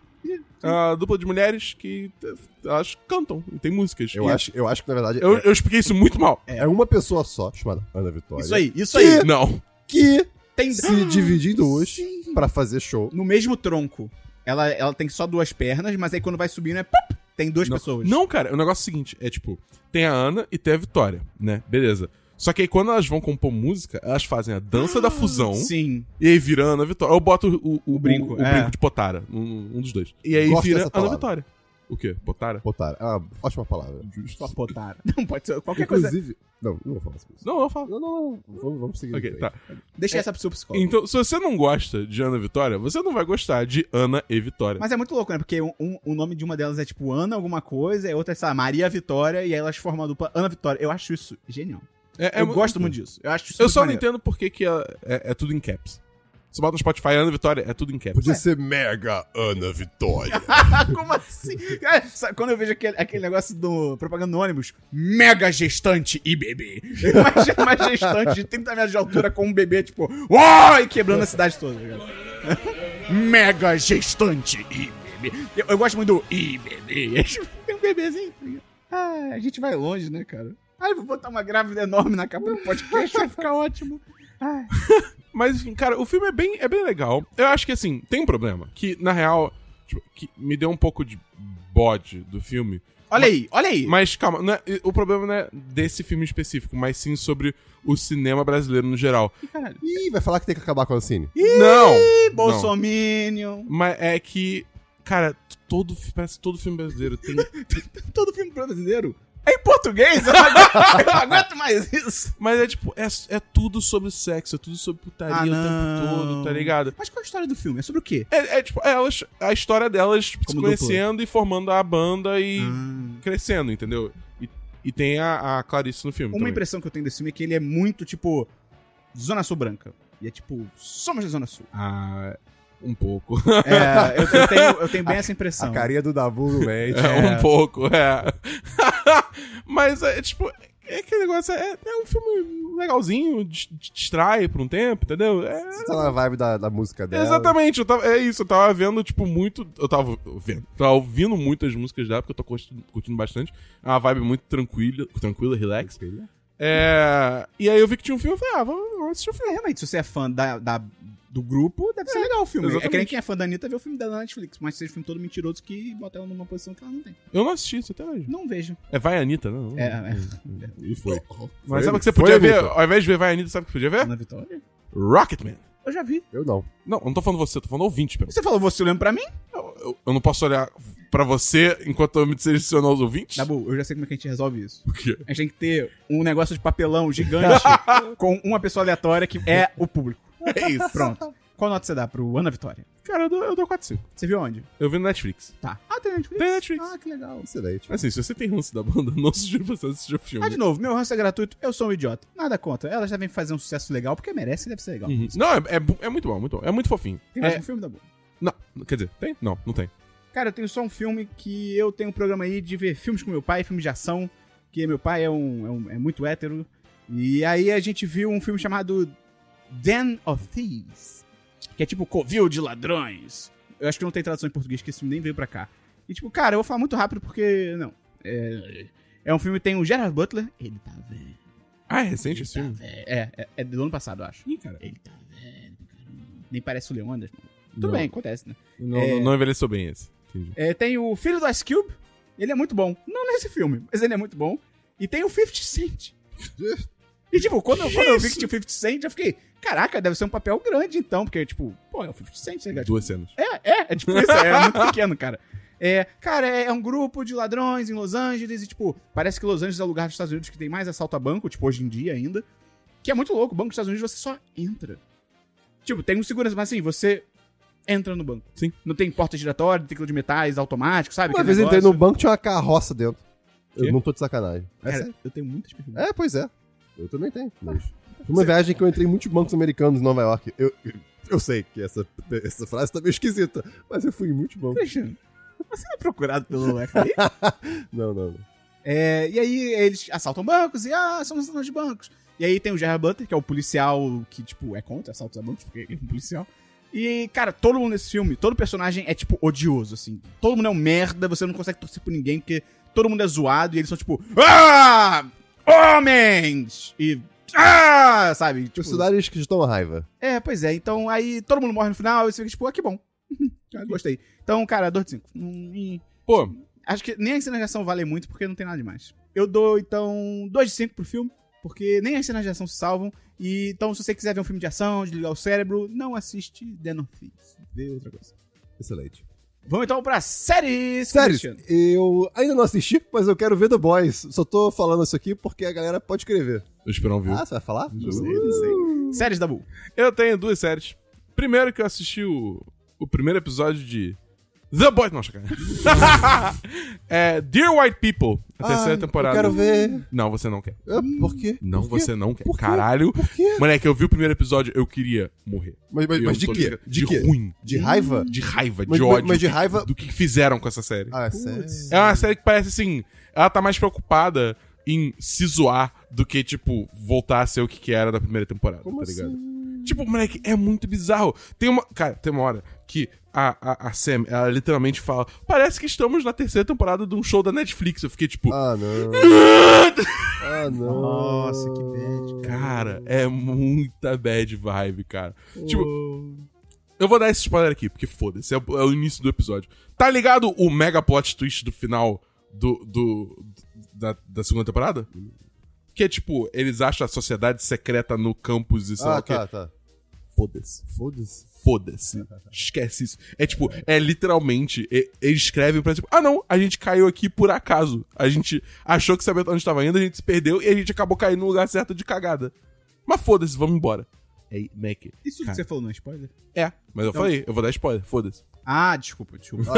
C: É uma dupla de mulheres que eh, elas cantam e tem músicas.
D: Eu,
C: E
D: acho, eu acho que, na verdade,
C: Eu,
D: é,
C: eu expliquei isso muito mal.
D: é uma pessoa só, chamada Ana Vitória.
A: Isso aí, isso aí.
C: Não.
D: Que
A: Tem
D: é? se divide em duas pra fazer show.
A: no mesmo tronco. Ela, ela tem só duas pernas, mas aí quando vai subindo é pop, tem duas
C: não.
A: pessoas.
C: Não, cara, o negócio é o seguinte: é tipo, tem a Ana e tem a Vitória, né? Beleza. Só que aí quando elas vão compor música, elas fazem a dança da fusão
A: Sim.
C: e aí vira Ana Vitória. Eu boto o, o-
A: O brinco,
C: o, o
A: é.
C: brinco de Potara, um, um dos dois. E aí
D: Gosto
C: vira
D: dessa
C: Ana
D: palavra.
C: Vitória. O quê? Potara?
D: Botar. É uma ótima palavra.
A: Só potara. Não, pode ser qualquer coisa.
D: Inclusive. Não, não vou falar sobre isso.
C: Não, eu falo.
D: Não, não, não. Vamos, vamos seguir.
C: Ok,
D: em
C: tá.
D: frente.
A: Deixa
D: é,
A: essa pro seu psicólogo.
C: Então, se você não gosta de Ana e Vitória, você não vai gostar de Ana e Vitória.
A: Mas é muito louco, né? Porque um, um- o nome de uma delas é tipo Ana alguma coisa, e a outra é, sei lá, Maria Vitória, e aí elas formam a dupla Ana Vitória. Eu acho isso genial.
C: É- é
A: eu
C: mu-
A: gosto muito disso. Eu acho isso
C: Eu
A: muito
C: só
A: maneiro.
C: não entendo por que, que é, é- é tudo em caps. Você bota no Spotify Ana e Vitória, é tudo em caps.
D: Podia ser Mega Ana Vitória.
A: Como assim? Cara, sabe, quando eu vejo aquele, aquele negócio do propaganda no ônibus, mega gestante e bebê. Imagina uma gestante de 30 metros de altura com um bebê, tipo, uau, e quebrando a cidade toda. tá ligado? mega gestante e bebê. Eu, eu gosto muito do e bebê. Tem um bebezinho. tá ligado? Ah, a gente vai longe, né, cara? Ai, vou botar uma grávida enorme na capa do podcast, vai ficar ótimo. Ai.
C: Mas, enfim, cara, o filme é bem, é bem legal. Eu acho que, assim, tem um problema. Que, na real, tipo, que me deu um pouco de bode do filme.
A: Olha aí, olha aí.
C: Mas, calma, não é- o problema não é desse filme específico, mas sim sobre o cinema brasileiro no geral.
A: Caralho.
D: Ih, vai falar que tem que acabar com a Cine.
C: não!
A: Ih,
C: não.
A: Bolsominion.
C: Mas é que, cara, todo, fi- parece que todo filme brasileiro tem...
A: todo filme brasileiro é em português. Eu não aguento, eu não aguento mais isso.
C: mas é, tipo, é, é tudo sobre sexo, é tudo sobre putaria
A: Ah,
C: o
A: não.
C: tempo todo, tá ligado?
A: Mas qual é a história do filme? É sobre o quê?
C: É, é, tipo, elas, a história delas tipo, se
A: Como dupla.
C: conhecendo e formando a banda e
A: Hum,
C: crescendo, entendeu? E, e tem a, a Clarice no filme.
A: Uma
C: também.
A: impressão que eu tenho desse filme então é que ele é muito, tipo, Zona Sul Branca. E é tipo, somos da Zona Sul.
C: Ah, Um pouco.
A: É, eu, eu tenho, eu tenho bem essa impressão.
D: A carinha do Dabu não mente.
C: É, um pouco, é. Mas, é tipo, é que negócio é, é um filme legalzinho, dis- distrai por um tempo, entendeu? É,
D: Você tá na vibe da, da música dela.
C: Exatamente, eu tava, é isso, eu tava vendo, tipo, muito. Eu tava vendo, tava ouvindo muitas músicas da época, eu tô curtindo, curtindo bastante. É uma vibe muito tranquila, tranquila, relax.
D: né?
C: É, e aí eu vi que tinha um filme, eu falei, ah, vamos vamos assistir o filme.
A: É, realmente, se você é fã da, da- do grupo, deve ser legal o filme. É que nem
C: exatamente.
A: quem é fã da Anitta vê o filme dela na Netflix, mas seja um filme todo mentiroso que bota ela numa posição que ela não tem.
C: Eu não assisti isso até hoje.
A: Não vejo.
C: É Vai Anitta, né?
A: É, é.
C: E foi.
D: Foi,
C: Mas sabe o que você
D: foi,
C: podia ver?
D: Anitta.
C: Ao invés de ver Vai Anitta, sabe o que podia ver?
A: Ana é, Vitória?
C: Rocketman.
A: Eu já vi.
D: Eu não.
C: Não, eu não tô falando você, eu tô falando ouvinte, pelo
A: Você falou, você olhando pra mim?
C: eu, eu, eu não posso olhar pra você enquanto eu me direciono aos ouvintes?
A: Dabu, eu já sei como é que a gente resolve isso.
C: O quê?
A: A gente tem que ter um negócio de papelão gigante com uma pessoa aleatória que é o público.
C: É isso.
A: Pronto. Qual nota você dá pro Ana Vitória?
C: Cara, eu dou, eu dou 4 5.
A: Você viu onde?
C: Eu vi no Netflix.
A: Tá. Ah, tem Netflix?
C: Tem Netflix.
A: Ah, que legal.
D: Excelente.
C: Assim, se você tem ranço da banda, não sugiro você assistir o filme.
A: Ah, de novo, meu ranço é gratuito, eu sou um idiota. Nada contra. Elas devem fazer um sucesso legal, porque merecem, deve ser legal.
C: Uhum. Não, é, é bu- é muito bom, muito bom. É muito fofinho.
A: Tem mais
C: É-
A: um filme da boa.
C: Não, quer dizer, tem? Não, não tem.
A: Cara, eu tenho só um filme que eu tenho um programa aí de ver filmes com meu pai, filmes de ação, que meu pai é, um, é, um- é muito hétero. E aí a gente viu um filme chamado Den of Thieves, que é tipo Covil de Ladrões. Eu acho que não tem tradução em português, que esse filme nem veio pra cá. E tipo, cara, eu vou falar muito rápido porque, não. É, é um filme que tem o Gerard Butler. Ele tá velho.
C: Ah, é recente esse filme?
A: É, é, é do ano passado, eu acho.
C: Ih, cara.
A: Ele tá velho, caramba. Nem parece o Leondas, mano. Tudo
C: Não.
A: bem, acontece, né?
C: Não,
A: É.
C: não- não envelheceu bem esse. Entendi.
A: É, tem o Filho do Ice Cube. Ele é muito bom. Não nesse filme, mas ele é muito bom. E tem o 50 Cent. E, tipo, quando, eu- quando eu vi que tinha o 50 Cent, eu fiquei... Caraca, deve ser um papel grande, então. Porque, tipo... Pô, é o 50 Cent, né, cara?
C: Duas cenas.
A: É, é, é tipo isso, é muito pequeno, cara. É, cara, é é um grupo de ladrões em Los Angeles e, tipo, parece que Los Angeles é o lugar dos Estados Unidos que tem mais assalto a banco, tipo, hoje em dia ainda. Que é muito louco, o banco dos Estados Unidos você só entra. Tipo, tem um segurança, mas assim, você entra no banco.
C: Sim.
A: Não tem porta giratória, tecla de metais, automático, sabe?
D: Uma
A: Aquele
D: vez eu entrei
A: negócio.
D: num banco tinha uma carroça dentro.
C: Quê?
D: Eu não tô de sacanagem. É,
A: Cara,
D: sério.
A: eu tenho muitas perguntas.
D: é, pois é. Eu também tenho. Mas...
C: Ah,
D: Foi Uma viagem que eu entrei em muitos bancos americanos em Nova York. Eu, eu sei que essa, essa frase tá meio esquisita, mas eu fui em muitos bancos.
A: Alexandre, você não é procurado pelo FBI?
D: Não, não, não.
A: É, e aí eles assaltam bancos e ah, somos assaltantes de bancos. E aí tem o Gerard Butler, que é o policial que, tipo, é contra assaltos a bancos, porque ele é um policial. E, cara, todo mundo nesse filme, todo personagem é, tipo, odioso, assim. Todo mundo é um merda, você não consegue torcer por ninguém, porque todo mundo é zoado e eles são, tipo, ah! Homens! E. Ah! Sabe? Tipo,
D: Funcionários que estão à raiva.
A: é, pois é. Então aí todo mundo morre no final e você fica, tipo, ah, que bom. Ah, Gostei. Então, cara, 2 de 5.
C: Pô,
A: Acho que nem a encenação vale muito, porque não tem nada demais. Eu dou, então, 2 de 5 pro filme, porque nem a encenação se salvam. E, então, se você quiser ver um filme de ação, de ligar o cérebro, não assiste The North Face. Vê outra coisa.
D: Excelente.
A: Vamos, então, pra séries,
D: Sério,
A: Cristiano.
D: eu ainda não assisti, mas eu quero ver The Boys. Só tô falando isso aqui porque a galera pode escrever.
C: eu espero um viu.
D: Ah, você vai falar?
A: Não sei, não sei. Séries da Bull.
C: Eu tenho duas séries. Primeiro que eu assisti o, o primeiro episódio de The Boys. Nossa, cara. é Dear White People, a terceira temporada.
D: Eu quero ver.
C: Não, você não quer.
D: Ah, por quê?
C: Não,
D: Por quê?
C: você não quer.
D: Por quê?
C: Caralho.
D: Por quê?
C: Moleque, eu vi o primeiro episódio, eu queria morrer.
D: Mas, mas-
C: Eu
D: mas de
C: tô
D: quê?
C: ligado.
D: De
C: de
D: quê?
C: ruim.
D: De raiva?
C: De raiva,
D: Mas-
C: de
D: mas-
C: ódio.
D: mas de
C: do que-
D: raiva-
C: Do que fizeram com essa série.
D: Ah, é sério.
C: É uma série que parece assim. Ela tá mais preocupada em se zoar do que, tipo, voltar a ser o que, que era da primeira temporada,
D: Como
C: tá ligado? Tipo, moleque, é muito bizarro. Tem uma. Cara, tem uma hora que a, a, a Sam, ela literalmente fala: Parece que estamos na terceira temporada de um show da Netflix. Eu fiquei tipo.
D: Ah, não. ah, não.
A: Nossa, que bad.
C: Cara, é muita bad vibe, cara. Tipo. Eu vou dar esse spoiler aqui, porque foda-se, é, o- é o início do episódio. Tá ligado o mega plot twist do final do. do da, da segunda temporada?
D: Uhum.
C: Que é tipo, eles acham a sociedade secreta no campus e sei lá
D: Ah,
C: o quê.
D: tá, tá.
C: Foda-se.
D: Foda-se.
C: Foda-se. Esquece isso. É tipo, é literalmente. e- Eles escrevem pra tipo, ah não, a gente caiu aqui por acaso. A gente achou que sabia onde estava indo, a gente se perdeu e a gente acabou caindo no lugar certo de cagada. Mas foda-se, vamos embora. É, Mac.
A: Isso que
C: Cara.
A: você falou não é spoiler?
C: É, mas eu falei, eu vou dar spoiler, foda-se.
A: Ah, desculpa, desculpa.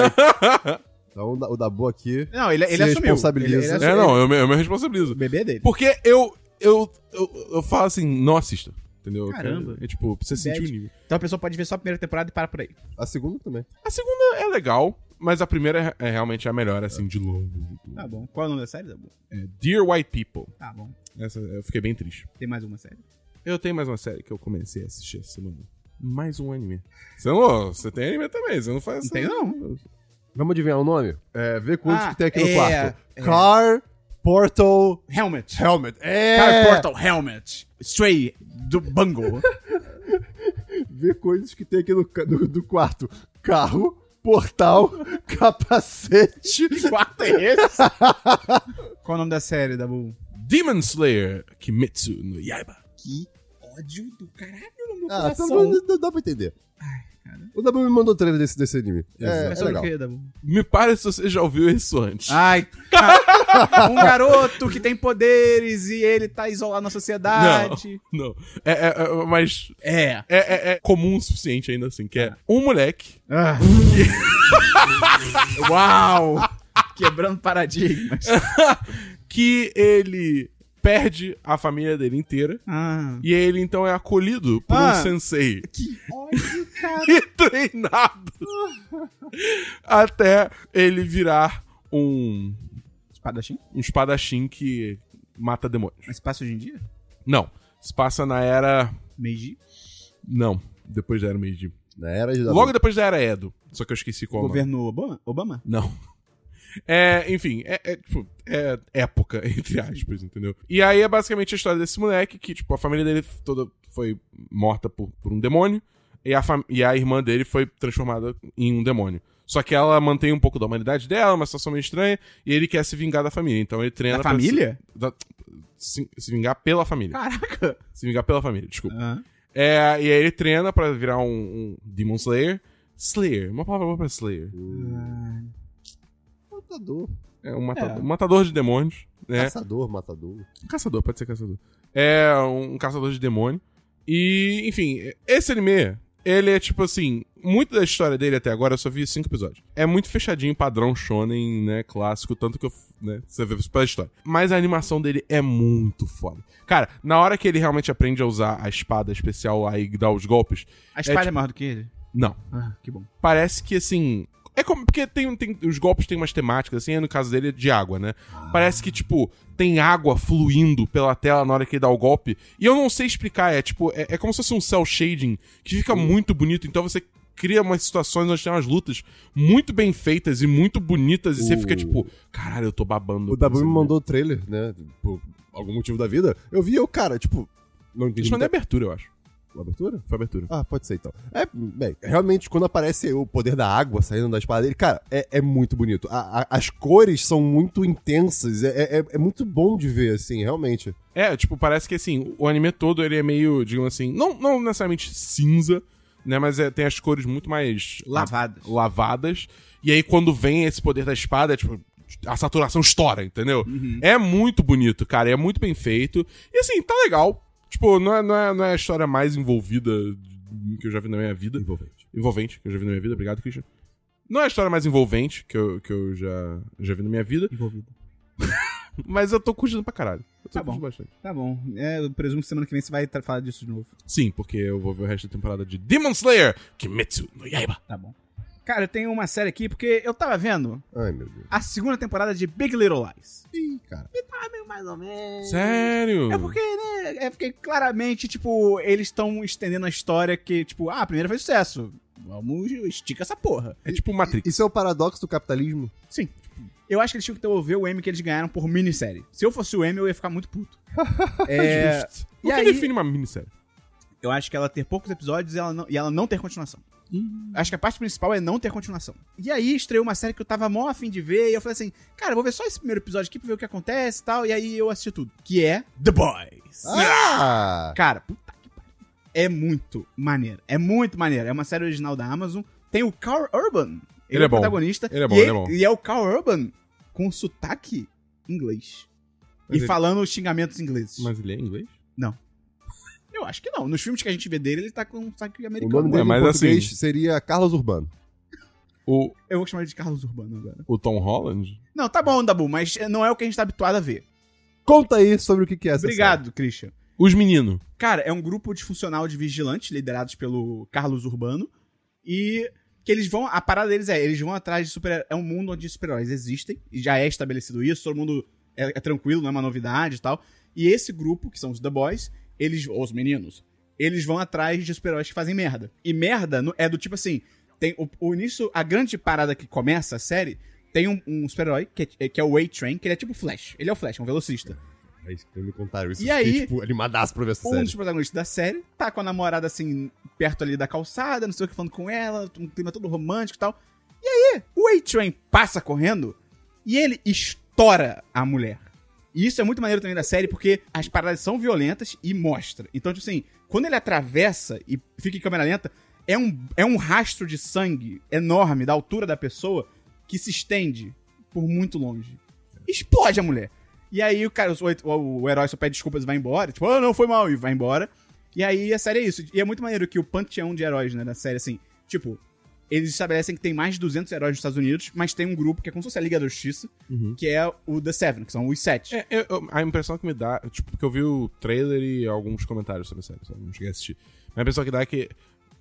D: Então o Da- o Dabu aqui.
A: Não, ele, ele
D: Se
A: assumiu.
D: responsabiliza.
A: Ele, ele assumiu.
C: É, não, eu, me- eu me responsabilizo.
A: O bebê é dele.
C: Porque eu, eu, eu, eu falo assim, não assista. Entendeu?
A: Caramba.
C: É tipo, pra você sentir o
A: Bad.
C: nível.
A: Então a pessoa pode ver só a primeira temporada e para por aí.
D: A segunda também.
C: A segunda é legal, mas a primeira é, é realmente a melhor, assim, de longe.
A: Tá bom. Qual é o nome da série? Tá bom.
C: É Dear White People.
A: Tá bom.
C: Essa eu fiquei bem triste.
A: Tem mais uma série.
C: Eu tenho mais uma série que eu comecei a assistir essa semana. Mais um anime. Você, não, você tem anime também, você não faz
A: Não tem, não.
D: Vamos adivinhar o nome? É, vê quantos
A: Ah,
D: que tem aqui no
A: é,
D: quarto.
A: é.
D: Car Portal
A: Helmet.
D: Helmet. É!
A: Car Portal Helmet. Stray do Bungle.
D: Vê coisas que tem aqui no, ca- no- do quarto. Carro, portal, capacete.
A: Quarto é esse? Qual é o nome da série, Dabu?
C: Demon Slayer Kimetsu no Yaiba.
A: Que ódio do caralho no meu
D: Ah,
A: coração.
D: pelo menos dá- dá pra entender. O Dabu me mandou o trailer desse, desse anime. É,
A: Mas
D: é
A: sobre
D: legal.
A: o quê, Dabu?
C: Me pare se você já ouviu isso antes.
A: Ai, ca- um garoto que tem poderes e ele tá isolado na sociedade.
C: Não. É, é, é, mas
A: É. Ah.
C: é, é- é comum o suficiente ainda assim, que é um moleque.
A: Uau! Quebrando paradigmas.
C: que ele perde a família dele inteira.
A: Ah.
C: E ele então é acolhido por
A: Ah.
C: um sensei
A: Que ódio, cara.
C: e treinado até ele virar um,
A: Espadachim?
C: um espadachim que mata demônios.
A: Mas passa hoje em dia?
C: Não, se passa na era.
A: Meiji?
C: Não, depois da era Meiji.
D: Na era de Dabu.
C: Logo depois da era Edo. Só que eu esqueci qual. é o nome.
A: Governo Obama? Obama?
C: Não. É, enfim, é, é, tipo, é época, entre aspas, entendeu? E aí é basicamente a história desse moleque que, tipo, a família dele toda foi morta por, por um demônio e a, fam- e a irmã dele foi transformada em um demônio. Só que ela mantém um pouco da humanidade dela, uma situação meio estranha, e ele quer se vingar da família. Então ele treina.
A: Da
C: pra se-
A: família?
C: da- se, se vingar pela família.
A: Caraca.
C: Se vingar pela família, desculpa.
A: Ah.
C: É, e aí ele treina pra virar um, um Demon Slayer. Slayer, uma palavra boa pra Slayer.
D: Matador.
C: É um matador, um matador de demônios, né?
D: Caçador, matador.
C: Um Caçador, pode ser caçador. É um caçador de demônio. E, enfim, esse anime, ele é tipo assim, muito da história dele até agora, eu só vi cinco episódios. É muito fechadinho, padrão shonen, né, clássico, tanto que eu, f- né, você vê pela história. Mas a animação dele é muito foda. Cara, na hora que ele realmente aprende a usar a espada especial lá e dar os golpes,
A: A espada é,
C: tipo-
A: maior do que ele?
C: não.
A: Ah, que bom.
C: Parece que assim, é como porque tem, tem os golpes têm umas temáticas assim, no caso dele é de água, né? Parece que, tipo, tem água fluindo pela tela na hora que ele dá o golpe. E eu não sei explicar, é tipo, é, é como se fosse um cel shading que fica muito bonito. Então você cria umas situações onde tem umas lutas muito bem feitas e muito bonitas. E você
D: O-
C: fica tipo, caralho, eu tô babando.
D: O Dabu me mandou o trailer, né? Por algum motivo da vida. Eu vi eu, cara, tipo. Não entendi.
C: Isso não é
D: muita-
C: abertura, eu acho.
D: Abertura?
C: Foi abertura.
D: Ah, pode ser então. É, bem, realmente, quando aparece o poder da água saindo da espada dele, cara, é, é muito bonito. A- a- as cores são muito intensas, é, é, é muito bom de ver, assim, realmente.
C: É, tipo, parece que assim, o anime todo ele é meio, digamos assim, não, não necessariamente cinza, né? Mas é- tem as cores muito mais
A: Lavadas.
C: lavadas. E aí, quando vem esse poder da espada, é, tipo, a saturação estoura, entendeu?
A: Uhum.
C: É muito bonito, cara. É muito bem feito. E assim, tá legal. Tipo, não é, não é, não é a história mais envolvida que eu já vi na minha vida. Envolvente. Envolvente, que eu já vi na minha vida. Obrigado, Christian. Não é a história mais envolvente que eu, que eu já, já vi na minha vida,
A: Envolvido.
C: mas eu tô curtindo pra caralho. Eu tô
A: Tá bom.
C: curtindo bastante.
A: Tá bom. É, eu presumo que semana que vem você vai tra- falar disso de novo.
C: Sim, porque eu vou ver o resto da temporada de Demon Slayer Kimetsu no Yaiba.
A: Tá bom. Cara, eu tenho uma série aqui porque eu tava vendo
D: Ai, meu Deus.
A: a segunda temporada de Big Little Lies.
D: Ih, cara.
A: Ah, meio mais ou menos.
C: Sério?
A: É porque, né? É porque claramente, tipo, eles estão estendendo a história que, tipo, ah, a primeira fez sucesso. Vamos, estica essa porra.
C: É tipo Matrix.
D: Isso é o paradoxo do capitalismo?
A: Sim. Eu acho que eles tinham que devolver o M que eles ganharam por minissérie. Se eu fosse o M, eu ia ficar muito puto. é,
C: Justo.
A: e
C: O que
A: aí-
C: define uma minissérie?
A: eu acho que ela ter poucos episódios e ela não, e ela não ter continuação. Acho que a parte principal é não ter continuação. E aí estreou uma série que eu tava mó afim de ver, e eu falei assim, cara, eu vou ver só esse primeiro episódio aqui pra ver o que acontece e tal, e aí eu assisti tudo. Que é The Boys.
D: Ah!
A: Cara, puta que pariu. É muito maneiro. É muito maneiro. É uma série original da Amazon. Tem o Carl Urban.
C: Ele
A: é
C: é
A: o
C: bom.
A: protagonista.
C: Ele é bom,
A: e
C: ele é bom.
A: E é o Carl Urban com sotaque inglês.
C: Mas
A: e
C: ele-
A: falando xingamentos ingleses.
C: Mas ele é inglês?
A: Eu acho que não. Nos filmes que a gente vê dele, ele tá com um sotaque
D: O
A: americano.
D: nome dele
C: Ué, mas
D: em português
C: assim-
D: seria Carlos Urbano.
C: O,
A: Eu vou chamar ele de Carlos Urbano agora.
C: o Tom Holland?
A: Não, tá bom, Dabu, mas não é o que a gente tá habituado a ver.
D: Conta aí sobre o que que é essa série.
A: Obrigado, Christian.
C: Os meninos.
A: Cara, é um grupo disfuncional de vigilantes liderados pelo Carlos Urbano. E que eles vão. A parada deles é, eles vão atrás de super É um mundo onde super-heróis existem. E já é estabelecido isso, todo mundo é, é tranquilo, não é uma novidade e tal. E esse grupo, que são os The Boys, eles. Ou os meninos, eles vão atrás de super-heróis que fazem merda. E merda no- é do tipo assim. Tem o, o início, a grande parada que começa a série, tem um, um super-herói, que, é- que é o A-Train, que ele é tipo Flash. Ele é o Flash, é um velocista.
D: Aí quando me contaram isso,
A: E
D: eu fiquei,
A: aí-
D: tipo, animadaço pra ver essa
A: Um
D: série.
A: dos protagonistas da série tá com a namorada, assim, perto ali da calçada, não sei o que, falando com ela, um clima todo romântico e tal. E aí, o A-Train passa correndo e ele estoura a mulher. E isso é muito maneiro também da série, porque as paradas são violentas e mostra. Então, tipo assim, quando ele atravessa e fica em câmera lenta, é um, é um rastro de sangue enorme da altura da pessoa que se estende por muito longe. Explode a mulher. E aí o cara, o, o- o herói só pede desculpas e vai embora. Tipo, ah, não, foi mal, e vai embora. E aí a série é isso. E é muito maneiro que o panteão de heróis, né, da série, assim, tipo, eles estabelecem que tem mais de 200 heróis nos Estados Unidos, mas tem um grupo que é como se fosse a Liga da Justiça, que é o The Seven, que são os sete.
C: É, eu- eu- a impressão que me dá, tipo, que eu vi o trailer e alguns comentários sobre a série, sabe? Não cheguei a assistir. Mas a impressão que dá é que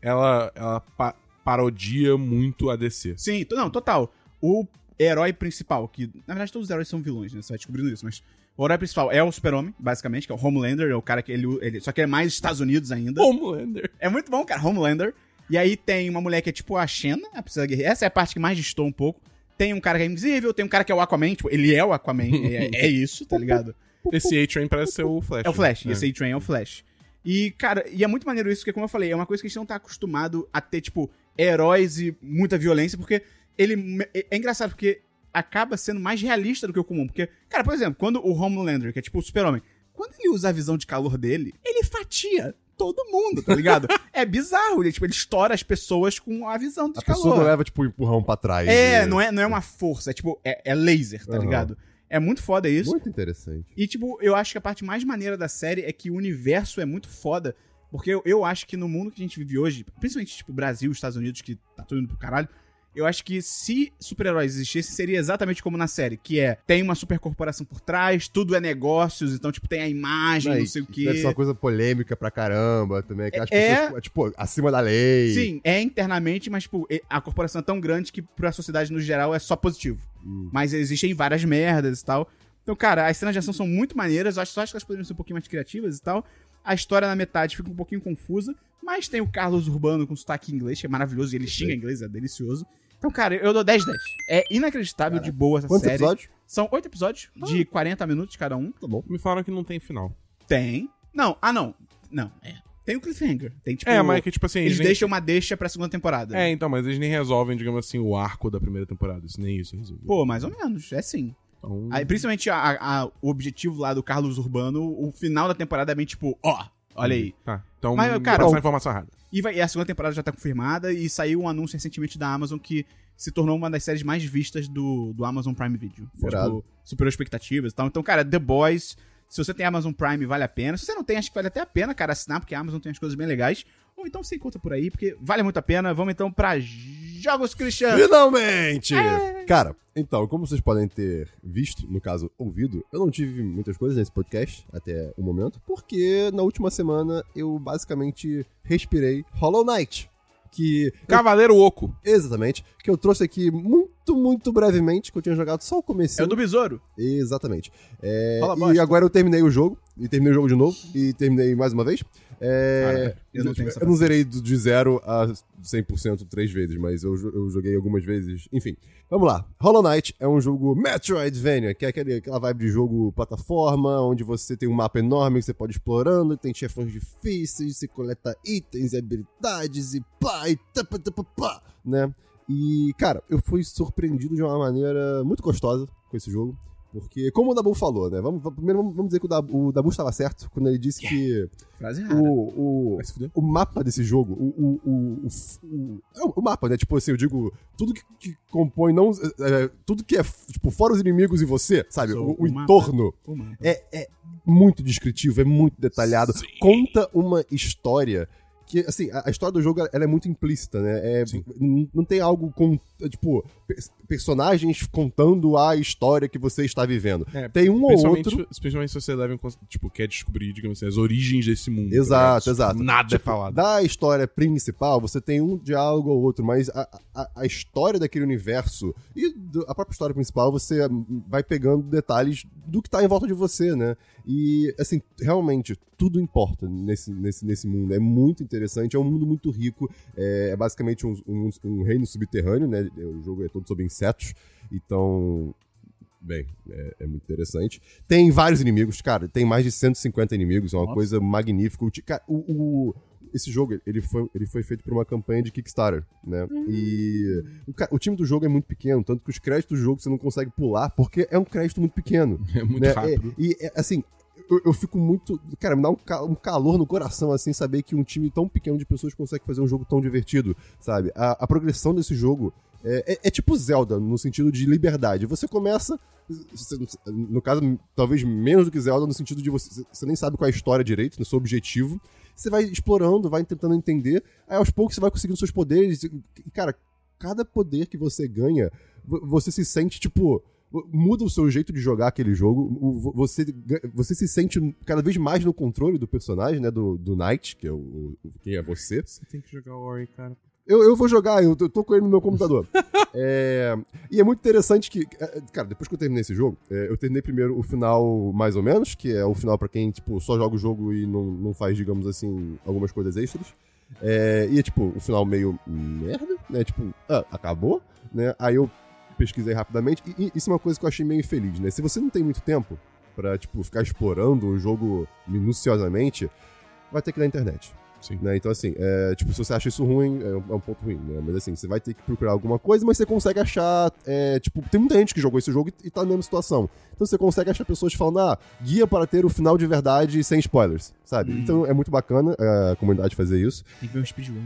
C: ela, ela pa- parodia muito a DC.
A: Sim, to- não, total. O herói principal, que na verdade todos os heróis são vilões, né? Você vai descobrindo isso, mas o herói principal é o Super-Homem, basicamente, que é o Homelander, é o cara que ele, ele. Só que ele é mais Estados Unidos ainda.
C: Homelander.
A: É muito bom, cara, Homelander. E aí tem uma mulher que é tipo a Xena, a Priscila Guerreiro. Essa é a parte que mais distou um pouco. Tem um cara que é invisível, tem um cara que é o Aquaman, tipo, ele é o Aquaman, é, é isso, tá ligado?
C: Esse A-Train parece ser o Flash.
A: É o Flash, e
C: né?
A: esse A-Train é o Flash. E, cara, e é muito maneiro isso, porque como eu falei, é uma coisa que a gente não tá acostumado a ter, tipo, heróis e muita violência, porque ele... É é engraçado, porque acaba sendo mais realista do que o comum, porque... Cara, por exemplo, quando o Homelander, que é tipo o super-homem, quando ele usa a visão de calor dele, ele fatia todo mundo, tá ligado? é bizarro, ele, tipo, ele estoura as pessoas com a visão de
D: A
A: calor.
D: pessoa não leva, tipo, um empurrão pra trás.
A: É,
D: E-
A: não é, não é uma força, é tipo, é, é laser, tá
D: Aham.
A: ligado? É muito foda isso.
D: Muito interessante.
A: E, tipo, eu acho que a parte mais maneira da série é que o universo é muito foda. Porque eu, eu acho que no mundo que a gente vive hoje, principalmente, tipo, Brasil, Estados Unidos, que tá tudo indo pro caralho, eu acho que se super-heróis existissem, seria exatamente como na série, que é, tem uma supercorporação por trás, tudo é negócios, então, tipo, tem a imagem, não
D: e-
A: sei o quê.
D: Deve ser uma coisa polêmica pra caramba também. Aquelas
A: É-
D: pessoas, tipo, acima da lei.
A: Sim, é internamente, mas, tipo, e- a corporação é tão grande que pra sociedade no geral é só positivo.
D: Hum.
A: Mas existem várias merdas e tal. Então, cara, as cenas de ação são muito maneiras. Eu acho, só acho que elas poderiam ser um pouquinho mais criativas e tal. A história na metade fica um pouquinho confusa. Mas tem o Carlos Urbano com sotaque em inglês, que é maravilhoso. E ele xinga inglês, é delicioso. Então, cara, eu dou 10 10. É inacreditável de boa essa
D: Quantos
A: série.
D: episódios? Ah.
A: São oito episódios de 40 minutos cada um.
D: Tá bom.
C: Me falaram que não tem final.
A: Tem. Não, ah, não. Não, é. Tem o Cliffhanger. Tem, tipo,
C: É, mas é que, tipo assim,
A: eles
C: eles, nem...
A: deixam uma deixa pra segunda temporada.
C: É, então, mas eles nem resolvem, digamos assim, o arco da primeira temporada. Isso nem isso resolve.
A: Pô, mais ou menos, é sim.
C: Então,
A: Aí, principalmente a- a- o objetivo lá do Carlos Urbano, o final da temporada é bem tipo, ó, olha aí.
C: Tá. Então,
A: Mas,
C: vou
A: cara,
C: passar
A: o-
C: a informação errada.
A: E, vai- e a segunda temporada já tá confirmada e saiu um anúncio recentemente da Amazon que se tornou uma das séries mais vistas do, do Amazon Prime Video. Foi,
D: Irado.
A: Tipo, superou expectativas e tal. Então, cara, The Boys, se você tem Amazon Prime, vale a pena. Se você não tem, acho que vale até a pena, cara, assinar, porque a Amazon tem as coisas bem legais. Ou então você encontra por aí, porque vale muito a pena. Vamos então pra Jogos Cristianos.
D: Finalmente!
A: É.
D: Cara, então, como vocês podem ter visto, no caso, ouvido, eu não tive muitas coisas nesse podcast até o momento, porque na última semana eu basicamente respirei Hollow Knight. Que.
C: Cavaleiro Oco.
D: Exatamente. Que eu trouxe aqui muito, muito brevemente, que eu tinha jogado só o começo.
A: É o do Besouro.
D: Exatamente. É,
A: Fala
D: e
A: bosta.
D: agora eu terminei o jogo, e terminei o jogo de novo, e terminei mais uma vez. É,
A: Caraca, eu não tenho essa
D: eu não zerei do- de 0 a 100% três vezes, mas eu, jo- eu joguei algumas vezes. Enfim, vamos lá. Hollow Knight é um jogo Metroidvania, que é aquele, aquela vibe de jogo plataforma, onde você tem um mapa enorme que você pode ir explorando, tem chefões difíceis, você coleta itens e habilidades e pá, e tapa, tapa, pá, né? E, cara, eu fui surpreendido de uma maneira muito gostosa com esse jogo. Porque, como o Dabu falou, né? Vamos, vamos- primeiro vamos dizer que o Dabu, o Dabu estava certo quando ele disse que
A: Frase errada.
D: o, o,
C: Vai se fuder.
D: o mapa desse jogo, o, o, o, o, f- o- é o- o mapa, né? Tipo assim, eu digo, tudo que, que compõe, não. é, é, tudo que é, f- tipo, fora os inimigos e você, sabe?
A: Sou
D: O, o
A: o mapa.
D: entorno
A: Pô, mano.
D: é, é muito descritivo, é muito detalhado. Conta uma história que, assim, a, a história do jogo ela é muito implícita, né? É, n- não tem algo com. Tipo, pe- personagens contando a história que você está vivendo.
C: É,
D: tem um ou
C: Principalmente,
D: outro.
C: principalmente se você leva em cons- tipo, quer descobrir, digamos assim, as origens desse mundo.
D: Exato,
C: né?
D: exato.
C: Nada é
D: Tipo,
C: falado.
D: Da história principal, você tem um diálogo ou outro, mas a, a, a história daquele universo e do- a própria história principal, você hum, vai pegando detalhes do que tá em volta de você, né? E, assim, realmente, tudo importa nesse, nesse, nesse mundo. É muito interessante, é um mundo muito rico. É, é basicamente um, um- um reino subterrâneo, né? O jogo é todo sobre insetos. Então, Bem, é, é muito interessante. Tem vários inimigos, cara. Tem mais de 150 inimigos. É uma
A: Nossa.
D: coisa magnífica. O, ti- cara, o- o- esse jogo, ele foi, ele foi feito por uma campanha de Kickstarter, né? E o, ca- o time do jogo é muito pequeno, tanto que os créditos do jogo você não consegue pular, porque é um crédito muito pequeno.
C: É muito
D: né?
C: rápido.
D: E, e, é, assim, eu, eu fico muito... Cara, me dá um, ca- um calor no coração, assim, saber que um time tão pequeno de pessoas consegue fazer um jogo tão divertido, sabe? A, a progressão desse jogo... É, é- é tipo Zelda, no sentido de liberdade. Você começa, no caso, talvez menos do que Zelda, no sentido de você, você nem sabe qual é a história direito, né, seu objetivo. Você vai explorando, vai tentando entender, aí aos poucos você vai conseguindo seus poderes. E, cara, cada poder que você ganha, vo- você se sente tipo. Muda o seu jeito de jogar aquele jogo. o- vo- Você, ga- você se sente cada vez mais no controle do personagem, né? Do, do Knight, que é o, o- quem é você.
C: Você tem que jogar o Ori, cara.
D: Eu, eu vou jogar, eu tô- eu tô com ele no meu computador. É, e é muito interessante que. é, Cara, depois que eu terminei esse jogo, é, eu terminei primeiro o final mais ou menos, que é o final pra quem, tipo, só joga o jogo e não, não faz, digamos assim, algumas coisas extras. É, e é tipo, o final meio merda, né? Tipo, ah, acabou, né? Aí eu pesquisei rapidamente, e, e isso é uma coisa que eu achei meio infeliz, né? Se você não tem muito tempo pra, tipo, ficar explorando o jogo minuciosamente, vai ter que ir na internet.
C: Sim.
D: Né? Então, assim, é, tipo, se você acha isso ruim, é um, é um ponto ruim, né? Mas assim, você vai ter que procurar alguma coisa, mas você consegue achar. é, tipo, tem muita gente que jogou esse jogo e, e tá na mesma situação. Então você consegue achar pessoas falando, ah, guia para ter o final de verdade sem spoilers, sabe? Então é muito bacana é, a comunidade fazer isso.
A: Tem que ver um speedrun.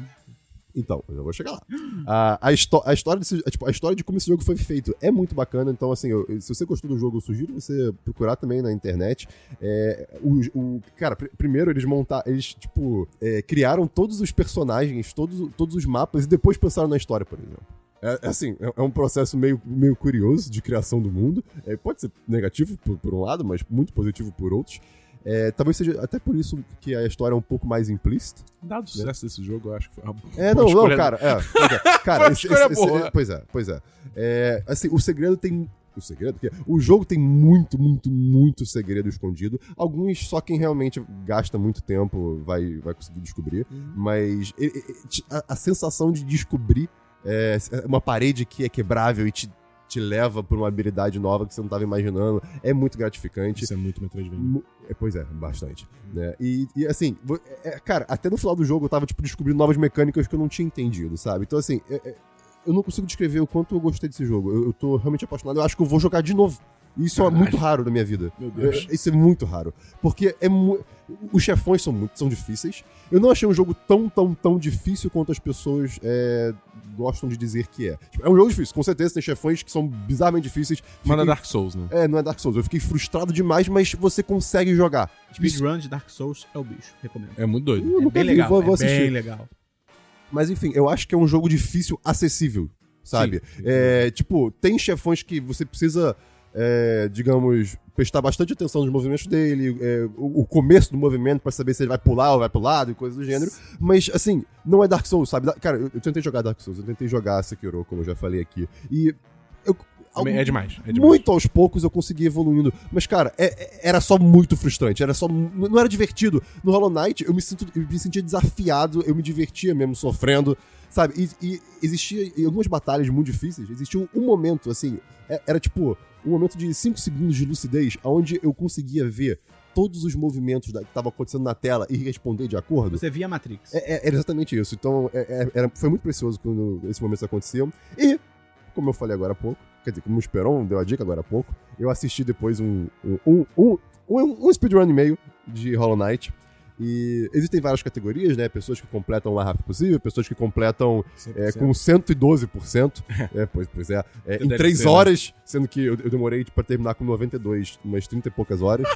D: Então, eu já vou chegar lá. A, a, histó- a história desse, tipo, a história de como esse jogo foi feito é muito bacana. Então, assim, eu- se você gostou do jogo, eu sugiro você procurar também na internet. É, o, o- cara, pr- primeiro eles montaram. Eles, tipo, é, criaram todos os personagens, todos, todos os mapas, e depois pensaram na história, por exemplo. É, é assim, é, é um processo meio, meio curioso de criação do mundo. É, pode ser negativo por, por um lado, mas muito positivo por outros. É, talvez seja até por isso que a história é um pouco mais implícita.
C: Dado o sucesso desse jogo, eu acho que foi uma boa
D: É, não, não,
C: escolha.
D: cara. É, pois é.
C: Foi
D: cara,
C: uma
D: esse,
C: escolha
D: esse- esse-
C: boa.
D: pois é, pois é. É, Assim, o segredo tem. O segredo? Porque o jogo tem muito, muito, muito segredo escondido. Alguns só quem realmente gasta muito tempo vai, vai conseguir descobrir.
C: Uhum.
D: Mas e- e- te- a, a sensação de descobrir é, uma parede que é quebrável e te, te leva por uma habilidade nova que você não estava imaginando é muito gratificante.
C: Isso é muito Metroidvania.
D: Mu- é, Pois é, bastante. Né? E, e, assim, vo- é, cara, até no final do jogo eu tava tipo, descobrindo novas mecânicas que eu não tinha entendido, sabe? Então, assim, é- é- eu não consigo descrever o quanto eu gostei desse jogo. Eu, eu tô realmente apaixonado. Eu acho que eu vou jogar de novo. E Isso é
C: Caralho.
D: muito raro na minha vida.
C: Meu
D: É, Isso é muito raro. Porque é mu- os chefões são muito são difíceis. Eu não achei um jogo tão, tão, tão difícil quanto as pessoas é, gostam de dizer que é. Tipo, é um jogo difícil, com certeza tem chefões que são bizarramente difíceis.
C: Mas é
D: Fiquei-
C: Dark Souls, né?
D: é, não é Dark Souls. Eu fiquei frustrado demais, mas você consegue jogar.
A: Speedrun de Dark Souls é o bicho, recomendo.
C: É muito doido.
D: Eu
A: É
D: nunca
A: bem
D: vi,
A: legal,
D: vou, vou
A: é bem
D: assistir.
A: legal.
D: Mas enfim, eu acho que é um jogo difícil, acessível, sabe? É, tipo, tem chefões que você precisa, é, digamos, prestar bastante atenção nos movimentos dele, é, o, o começo do movimento pra saber se ele vai pular ou vai pro lado e coisas do gênero. Mas, assim, não é Dark Souls, sabe? Da- Cara, eu, eu tentei jogar Dark Souls, eu tentei jogar Sekiro, como eu já falei aqui. E. Eu,
C: Também É demais. É demais.
D: muito aos poucos eu consegui evoluindo. Mas, cara, é- é- era só muito frustrante. Era só. mu- Não era divertido. No Hollow Knight, eu me, sinto, eu me sentia desafiado, eu me divertia mesmo sofrendo. Sabe? E, e existia. Em algumas batalhas muito difíceis, existia um, um momento, assim. é- Era tipo. Um momento de 5 segundos de lucidez, onde eu conseguia ver todos os movimentos da- que estavam acontecendo na tela e responder de acordo.
A: Você via Matrix.
D: É, é- era exatamente isso. Então, é- é- era, foi muito precioso quando esses momentos aconteciam. E, como eu falei agora há pouco, quer dizer, como o Esperon deu a dica agora há pouco, eu assisti depois um, um, um, um, um- um speedrun e meio de Hollow Knight. E existem várias categorias, né? Pessoas que completam o mais rápido possível, pessoas que completam é, com 112%. é, pois, pois é. é,
C: Que
D: em
C: deve
D: 3
C: ser, né?
D: tipo, horas, sendo que eu, eu demorei pra terminar com 92, umas 30 e poucas horas.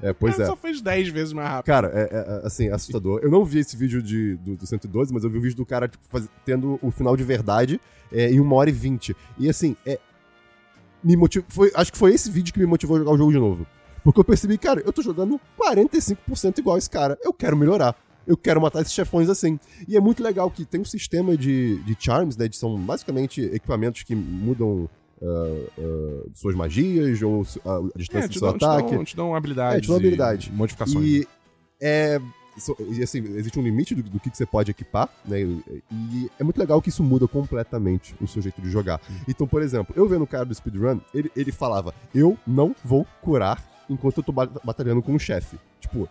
D: É, pois
C: Cara,
D: é.
C: só fez 10 vezes mais rápido.
D: Cara, é, é, é, assim, assustador. Eu não vi esse vídeo de, do, do 112, mas eu vi o vídeo do cara tipo, faz- tendo o final de verdade é, em 1 hora e 20. E assim, é. Me motiv... foi, acho que foi esse vídeo que me motivou a jogar o jogo de novo. Porque eu percebi, cara, eu tô jogando 45% igual esse cara. Eu quero melhorar. Eu quero matar esses chefões assim. E é muito legal que tem um sistema de, de charms, né? Que são basicamente equipamentos que mudam ah, ah, suas magias ou ah, a distância
C: É,
D: do
C: te
D: seu
C: dão, te dão-
D: ataque.
C: te dão habilidades.
D: É, te dão
C: e
D: habilidade.
C: Modificações. né?
D: E é. so- e, assim, existe um limite do, do que, que você pode equipar, né? E, e é muito legal que isso muda completamente o seu jeito de jogar. Então, por exemplo, eu vendo o cara do speedrun, ele, ele falava: Eu não vou curar enquanto eu tô ba- batalhando com um chefe. Tipo,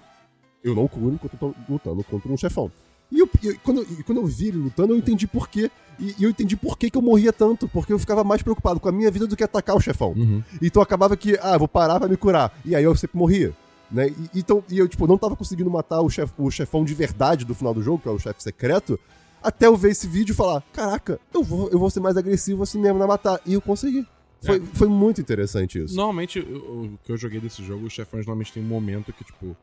D: eu não curo enquanto eu tô lutando contra um chefão. E, eu- e quando, eu- e quando eu vi ele lutando, eu entendi por quê. E, e eu entendi por que, que eu morria tanto. Porque eu ficava mais preocupado com a minha vida do que atacar o chefão.
C: Uhum.
D: Então acabava que, ah, vou parar pra me curar. E aí eu sempre morria. Né? E, então, e eu, tipo, não tava conseguindo matar o, chef, o chefão de verdade do final do jogo, que é o chefe secreto, até eu ver esse vídeo e falar: caraca, eu vou, eu vou ser mais agressivo assim mesmo na matar. E eu consegui.
C: É.
D: Foi, foi muito interessante isso.
C: Normalmente, o o que eu joguei desse jogo, os chefões normalmente tem um momento que, tipo,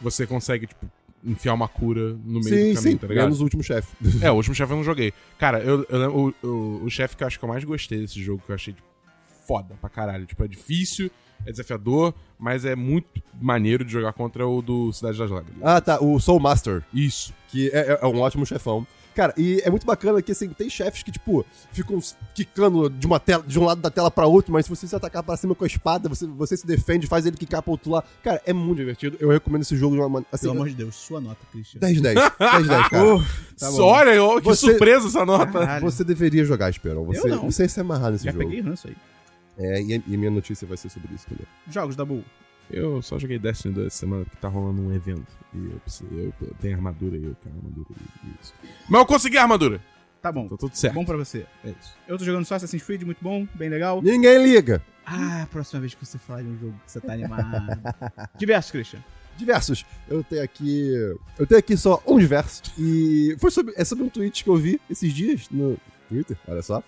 C: você consegue, tipo, enfiar uma cura no meio
D: sim,
C: do caminho,
D: sim,
C: tá ligado?
D: menos o último chefe.
C: É, o último chefe eu não joguei. Cara, eu, eu lembro- o, o, o chefe que eu acho que eu mais gostei desse jogo, que eu achei tipo, foda pra caralho. Tipo, é difícil, é desafiador, mas é muito maneiro de jogar contra é o do Cidade das Lágrimas.
D: ah, tá, o Soul Master.
C: Isso.
D: que é, é- é um ótimo chefão. Cara, e é muito bacana que, assim, tem chefes que, tipo, ficam s- quicando de, uma tela, de um lado da tela pra outro, mas se você se atacar pra cima com a espada, você, você se defende, faz ele quicar pro outro lado. Cara, é muito divertido. Eu recomendo esse jogo de uma maneira. Assim,
A: Pelo amor de Deus, sua nota, Christian.
D: 10 de 10. 10 de 10, cara.
A: Tá bom.
C: Só, Olha, ó, que
D: Você-
C: surpresa essa nota.
A: Caralho.
D: Você deveria jogar, Esperão. Você,
A: Eu não.
D: você ia se amarrar nesse
A: Já
D: jogo.
A: peguei ranço aí.
D: É, e, a- e a minha notícia vai ser sobre isso também.
A: Jogos da Bull.
C: Eu só joguei Destiny 2 essa semana porque tá rolando um evento. E eu, preciso- eu, eu tenho armadura e eu quero armadura. E e isso. Mas eu consegui a armadura.
A: Tá bom.
C: Tá tudo
A: Tá
C: certo.
A: bom pra você.
C: É isso.
A: Eu tô jogando só Assassin's Creed, muito bom, bem legal.
D: Ninguém liga!
A: Ah, próxima vez que você falar de um jogo que você tá animado. Diverso, Christian.
D: diversos. Eu tenho aqui. Eu tenho aqui só um diverso. E foi sobre, é sobre um tweet que eu vi esses dias no Twitter, olha só.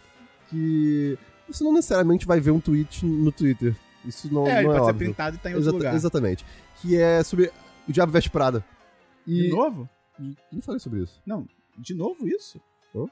D: Que você não necessariamente vai ver um tweet no Twitter. Isso não
A: é,
D: é,
A: ele
D: não é
A: pode ser
D: óbvio.
A: printado e tá em outro
D: Exata-
A: lugar.
D: Exatamente. Que é sobre o Diabo Veste Prada.
A: De
D: E.
A: novo?
D: Não falei sobre isso.
A: De novo isso?
D: Hã?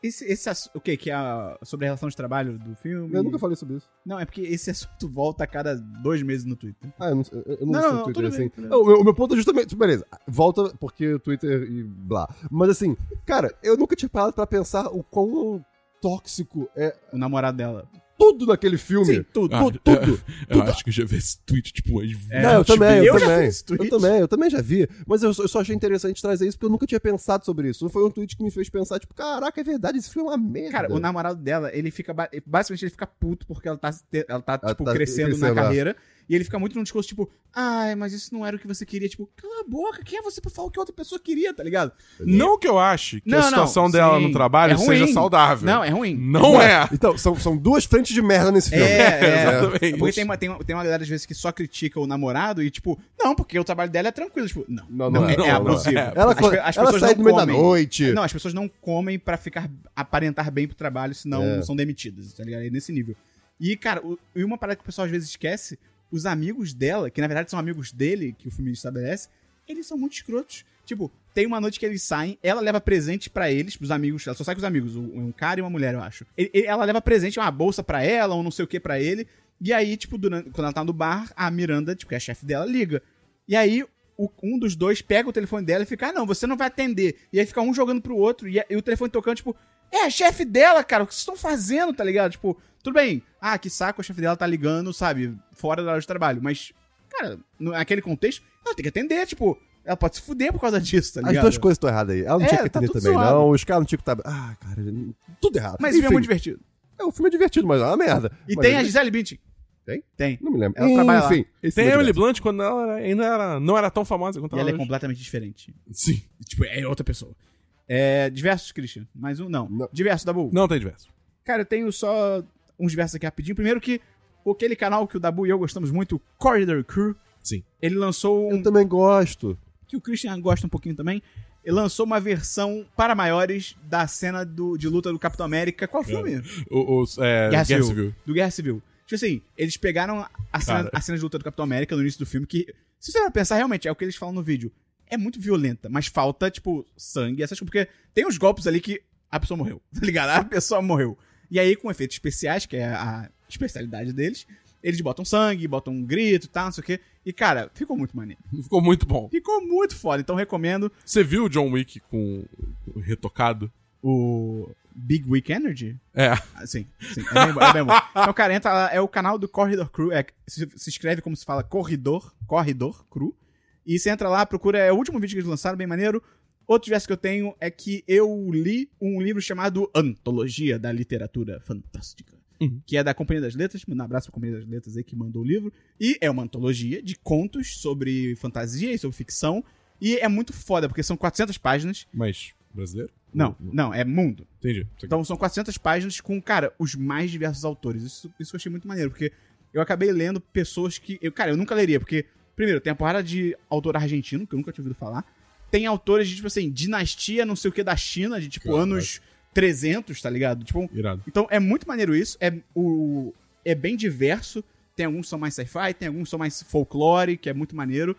A: Esse, esse assu- o que que é a, sobre a relação de trabalho do filme?
D: Eu nunca falei sobre isso.
A: Não, é porque esse assunto volta a cada dois meses no Twitter.
D: Ah, eu não, eu- eu não,
A: Não,
D: sei
A: não,
D: o Twitter
A: tudo bem,
D: assim.
A: tudo bem.
D: Não, o meu- o meu ponto é justamente. Beleza, volta porque o Twitter e blá. Mas assim, cara, eu nunca tinha parado pra pensar o quão tóxico é
A: O namorado dela.
D: tudo naquele filme.
A: Sim, tudo.
C: Ah,
A: tudo.
C: eu-
D: Tudo.
C: Eu
D: Tudo.
C: acho que eu já vi esse tweet, tipo, umas
A: É,
D: não, eu
C: 20
D: também, eu,
C: vezes.
A: eu já
D: também.
A: fiz esse tweet.
D: Eu também, eu também já vi. Mas eu, só- eu só achei interessante trazer isso porque eu nunca tinha pensado sobre isso. Foi um tweet que me fez pensar, tipo, caraca, é verdade, esse filme é uma merda.
A: Cara, o namorado dela, ele fica. ba- Basicamente, ele fica puto porque ela tá, te- ela tá
D: Ela
A: tipo,
D: tá
A: crescendo,
D: crescendo,
A: na
D: é.
A: carreira. E ele fica muito num discurso, tipo, ai, mas isso não era o que você queria. Tipo, cala a boca, quem é você pra falar o que a outra pessoa queria, tá ligado?
C: Não que eu ache que
A: Não,
C: a
A: não,
C: situação dela
A: sim.
C: no trabalho
A: É
C: seja
A: ruim.
C: saudável.
A: Não, é ruim.
C: Não é.
D: Então, são, são duas frentes de merda nesse
A: É,
D: filme.
A: é.
C: Exatamente.
A: Porque tem uma, tem, uma, tem uma galera, às vezes, que só critica o namorado e, tipo, não, porque o trabalho dela é tranquilo. Tipo, não.
D: Não, não, é,
A: é,
D: não,
A: é
D: não
A: abusivo.
C: é.
D: Ela,
A: As pe- as
D: ela
A: pessoas
D: sai
A: não
D: no meio da
A: comem.
D: noite.
A: Não, as pessoas não comem pra ficar aparentar bem pro trabalho, senão
D: É.
A: não são demitidas, tá ligado? É nesse nível. E, cara, o- e uma parada que o pessoal às vezes esquece, os amigos dela, que na verdade são amigos dele, que o filme estabelece, eles são muito escrotos. Tipo, tem uma noite que eles saem, ela leva presente pra eles, pros amigos, ela só sai com os amigos, um um cara e uma mulher, eu acho. Ele- ele- ela leva presente, uma bolsa pra ela, ou não sei o que pra ele. E aí, tipo, durante- quando ela tá no bar, a Miranda, tipo, que é a chefe dela, liga. E aí, o- um dos dois pega o telefone dela e fica, ah, não, você não vai atender. E aí fica um jogando pro outro e, e o telefone tocando, tipo, é a chefe dela, cara, o que vocês estão fazendo, tá ligado? Tipo, tudo bem, ah, que saco, a chefe dela tá ligando, sabe, fora da hora de trabalho. Mas, cara, no- naquele contexto, ela tem que atender, tipo, ela pode se fuder por causa disso, tá
D: As
A: ligado?
D: duas coisas estão erradas aí. Ela não
A: É,
D: tinha que
A: tá
D: atender
A: tudo
D: também,
A: zoado.
D: não. Os caras não tinham que estar. Ah, cara, tudo errado.
A: Mas
D: Enfim,
A: isso é muito divertido.
D: é, o filme é divertido, mas é uma merda.
A: E
D: Mas
A: tem
D: eu-
A: a Gisele Bündchen.
D: Tem?
A: Tem.
D: Não me lembro.
A: Ela trabalha lá.
D: Enfim, esse
C: Tem a
D: filme é
C: Emily
D: divertido.
C: Blunt quando ela era- ainda era, não era tão famosa quanto
A: E
C: ela,
A: ela é
C: é hoje.
A: completamente diferente.
C: Sim.
A: Tipo, é outra pessoa. É, diversos, Christian. Mais um, não.
D: Não.
A: Diversos, Dabu.
C: Não tem diverso.
A: Cara, eu tenho só uns versos aqui rapidinho. Primeiro que aquele canal que o Dabu e eu gostamos muito, Corridor Crew.
C: Sim.
A: Ele lançou um
D: Eu também gosto.
A: que o Christian gosta um pouquinho também. Ele lançou uma versão para maiores da cena do- de luta do Capitão América. Qual filme?
C: O, o- é,
A: Guerra
C: Guerra,
A: Civil.
C: Civil.
A: Do Guerra Civil. Tipo assim, eles pegaram a cena,
C: Cara.
A: a cena de luta do Capitão América no início do filme, que Se você vai pensar, realmente, é o que eles falam no vídeo. É muito violenta, mas falta, tipo, sangue, essas coisas. Porque tem uns golpes ali que a pessoa morreu, tá ligado? A pessoa morreu. E aí, com efeitos especiais, que é a especialidade deles, eles botam sangue, botam um grito e tal, não sei o quê. E, cara, ficou muito maneiro.
C: Ficou muito bom.
A: Ficou muito foda, então recomendo
C: Você viu o John Wick com com- retocado?
A: o Big Week Energy.
C: É.
A: Ah, sim, sim, é bem bom, é bem bom. Então, cara, entra lá, é o canal do Corridor Crew, é, se, se escreve como se fala Corridor, Corridor Crew. E você entra lá, procura, é o último vídeo que eles lançaram, bem maneiro. Outro verso que eu tenho é que eu li um livro chamado Antologia da Literatura Fantástica.
C: Uhum.
A: Que é da Companhia das Letras, manda um abraço pra Companhia das Letras aí que mandou o livro. E é uma antologia de contos sobre fantasia e sobre ficção. E é muito foda, porque são 400 páginas.
C: Mas brasileiro?
A: Não,
C: Uhum.
A: não, é mundo.
C: Entendi.
A: Então são 400 páginas com, cara, os mais diversos autores. Isso, isso eu achei muito maneiro, porque eu acabei lendo pessoas que. Eu, cara, eu nunca leria, porque, primeiro, tem a porrada de autor argentino, que eu nunca tinha ouvido falar. Tem autores de, tipo assim, dinastia não sei o que da China, de tipo
C: Caraca.
A: anos 300, tá ligado? Tipo,
C: Irado.
A: então é muito maneiro isso. É, o, é bem diverso. Tem alguns que são mais sci-fi, tem alguns que são mais folclore, que é muito maneiro.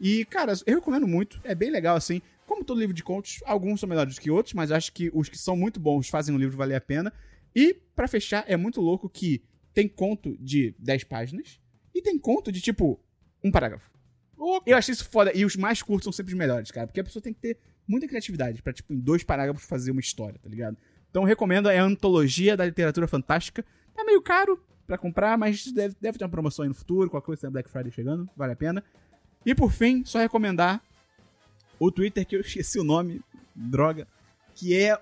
A: E, cara, eu recomendo muito. É bem legal, assim. Como todo livro de contos, alguns são melhores que outros, mas eu acho que os que são muito bons fazem o livro valer a pena. E, pra fechar, é muito louco que tem conto de 10 páginas e tem conto de, tipo, um parágrafo. Eu achei isso foda. E os mais curtos são sempre os melhores, cara. Porque a pessoa tem que ter muita criatividade pra, tipo, em dois parágrafos fazer uma história, tá ligado? Então eu recomendo, é a Antologia da Literatura Fantástica. Tá meio caro pra comprar, mas deve, deve ter uma promoção aí no futuro, qualquer coisa tem a Black Friday chegando, vale a pena. E por fim, só recomendar o Twitter que eu esqueci o nome, droga, que é.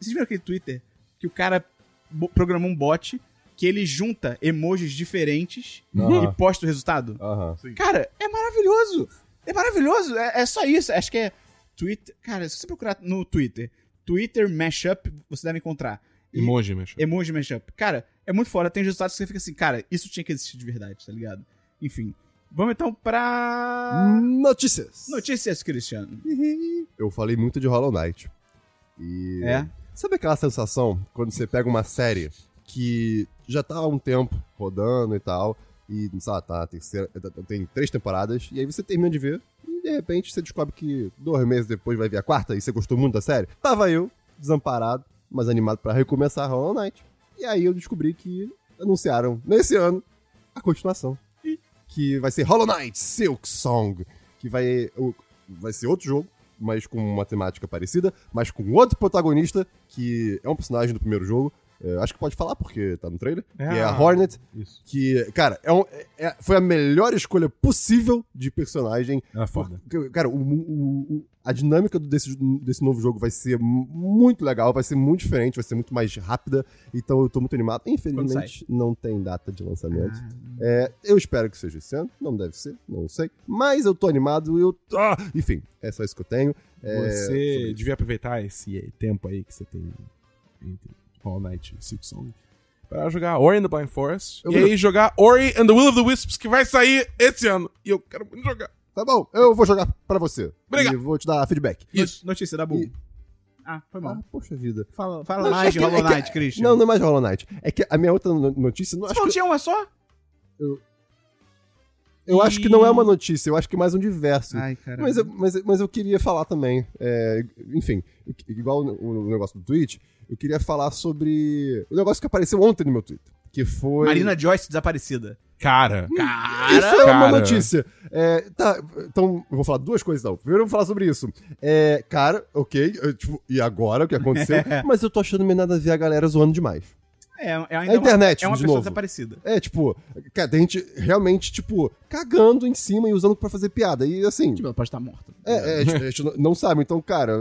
A: Vocês viram aquele Twitter que o cara bo- programou um bot que ele junta emojis diferentes
D: Aham.
A: e posta o resultado?
D: Aham.
A: Cara, é maravilhoso. É maravilhoso. É, é só isso. Acho que é Twitter. Cara, se você procurar no Twitter, Twitter Mashup, você deve encontrar. E-
C: Emoji, mexe.
A: Emoji Mashup. Cara, é muito foda. Tem resultados que você fica assim, cara, isso tinha que existir de verdade, tá ligado? Enfim. Vamos então
D: Hum.
A: pra.
D: Notícias.
A: Notícias, Cristiano.
D: Eu falei muito de Hollow Knight. E.
A: É.
D: Sabe aquela sensação quando você pega uma série que já tá há um tempo rodando e tal, e, sei lá, tá, na terceira, tem três temporadas, e aí você termina de ver, e de repente você descobre que dois meses depois vai ver a quarta, e você gostou muito da série? Tava eu, desamparado, mas animado pra recomeçar Hollow Knight. E aí eu descobri que anunciaram, nesse ano, a continuação. Que vai ser Hollow Knight Silk Song, que vai, o- vai ser outro jogo, mas com uma temática parecida, mas com outro protagonista, que é um personagem do primeiro jogo. é, acho que pode falar, porque tá no trailer.
C: É
D: que é a
C: a-
D: Hornet,
C: Isso.
D: que, cara, é um- é- foi a melhor escolha possível de personagem.
C: Ah, foda.
D: Porque, Cara, o- o- o- a dinâmica do- desse, desse novo jogo vai ser mu- muito legal, vai ser muito diferente, vai ser muito mais rápida. Então eu tô muito animado. Infelizmente, não tem data de lançamento.
C: Ah.
D: É, eu espero que seja esse ano. Não deve ser, não sei. Mas eu tô animado, eu. Ah, enfim, é só isso que eu tenho. É,
C: Você devia aproveitar esse tempo aí que você tem entre Hollow Knight e Silk Song pra jogar Ori and the Blind Forest
D: Eu
C: e
D: vou-
C: aí jogar Ori and the Will of the Wisps que vai sair esse ano. E eu quero muito jogar.
D: Tá bom, eu vou jogar pra você.
C: Obrigado.
D: E vou te dar feedback.
C: Isso.
A: Notícia da Bull.
D: E-
A: Ah, foi
D: Ah,
A: mal.
D: poxa vida.
A: Fala, fala
D: Não, é
A: mais de
D: que-
A: Hollow
D: é que-
A: Knight, Christian.
D: Não, não é mais Hollow Knight. É que a minha outra no- notícia. Não,
A: Você
D: acho
A: falou
D: que-
A: que tinha uma só?
D: eu acho que não é uma notícia, eu acho que é mais um diverso.
A: Ai, cara.
D: Mas é eu, mas, eu- mas eu queria falar também. é, enfim, o que- igual o, o negócio do Twitch, eu queria falar sobre o negócio que apareceu ontem no meu Twitter. Que foi.
A: Marina Joyce desaparecida.
C: Cara,
A: Cara.
D: Isso é uma
C: Cara.
D: notícia. É, tá, então, eu vou falar duas coisas, não. Primeiro, eu vou falar sobre isso. É, cara, ok, eu, tipo, e agora o que aconteceu? Mas eu tô achando meio nada a ver a galera zoando demais.
A: É, é ainda
D: a
A: uma-
D: internet,
A: é uma
D: de
A: pessoa
D: novo.
A: desaparecida.
D: É, tipo, cara, tem gente realmente, tipo, cagando em cima e usando pra fazer piada. E assim.
A: Tipo, ela pode estar morta.
D: É, é, a gente- a gente não- não sabe. Então, cara,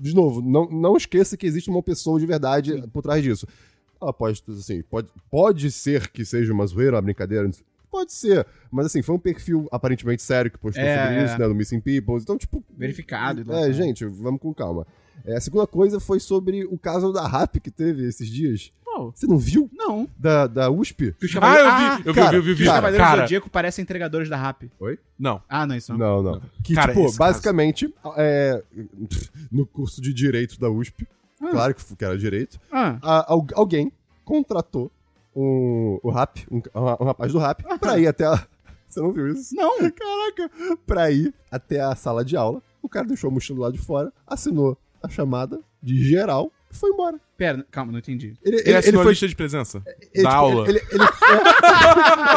D: de novo, não, não esqueça que existe uma pessoa de verdade por trás disso. Ela pode, assim, pode, pode ser que seja uma zoeira, uma brincadeira. Pode ser. Mas, assim, foi um perfil aparentemente sério que postou
A: É,
D: sobre
A: é.
D: isso, né? Do Missing People. Então, tipo.
A: Verificado. e tal.
D: É, gente, vamos com calma. É, a segunda coisa foi sobre o caso da RAP que teve esses dias.
A: Pô,
D: Você não viu?
A: não.
D: Da, da USP?
A: Que os
C: Ah, eu
A: cavaleiros,
C: vi, eu vi,
D: cara,
C: eu vi, eu vi,
A: os
C: eu vi.
A: cavaleiros do
C: Cara,
A: Zodíaco parecem entregadores da RAP.
C: Tá? não.
A: Ah, não, isso não.
D: Não, não. Que,
C: Cara,
D: tipo,
C: esse caso-
D: basicamente, é, no curso de Direito da USP,
C: Ah.
D: claro que que era Direito,
A: Ah,
D: a- al-
C: Ah.
D: alguém contratou um, o rap, um, ca- um rapaz do rap, pra ir até a Você não viu isso?
A: Não.
D: Caraca, pra ir até a sala de aula, o cara deixou a mochila lá de fora, assinou a chamada de geral e foi embora.
A: Pera, calma, não entendi.
D: Ele,
C: Ele,
D: ele- ele
C: assinou é a
D: foi.
C: lista de presença
D: Ele,
C: da
D: tipo,
C: aula.
D: Ele, ele,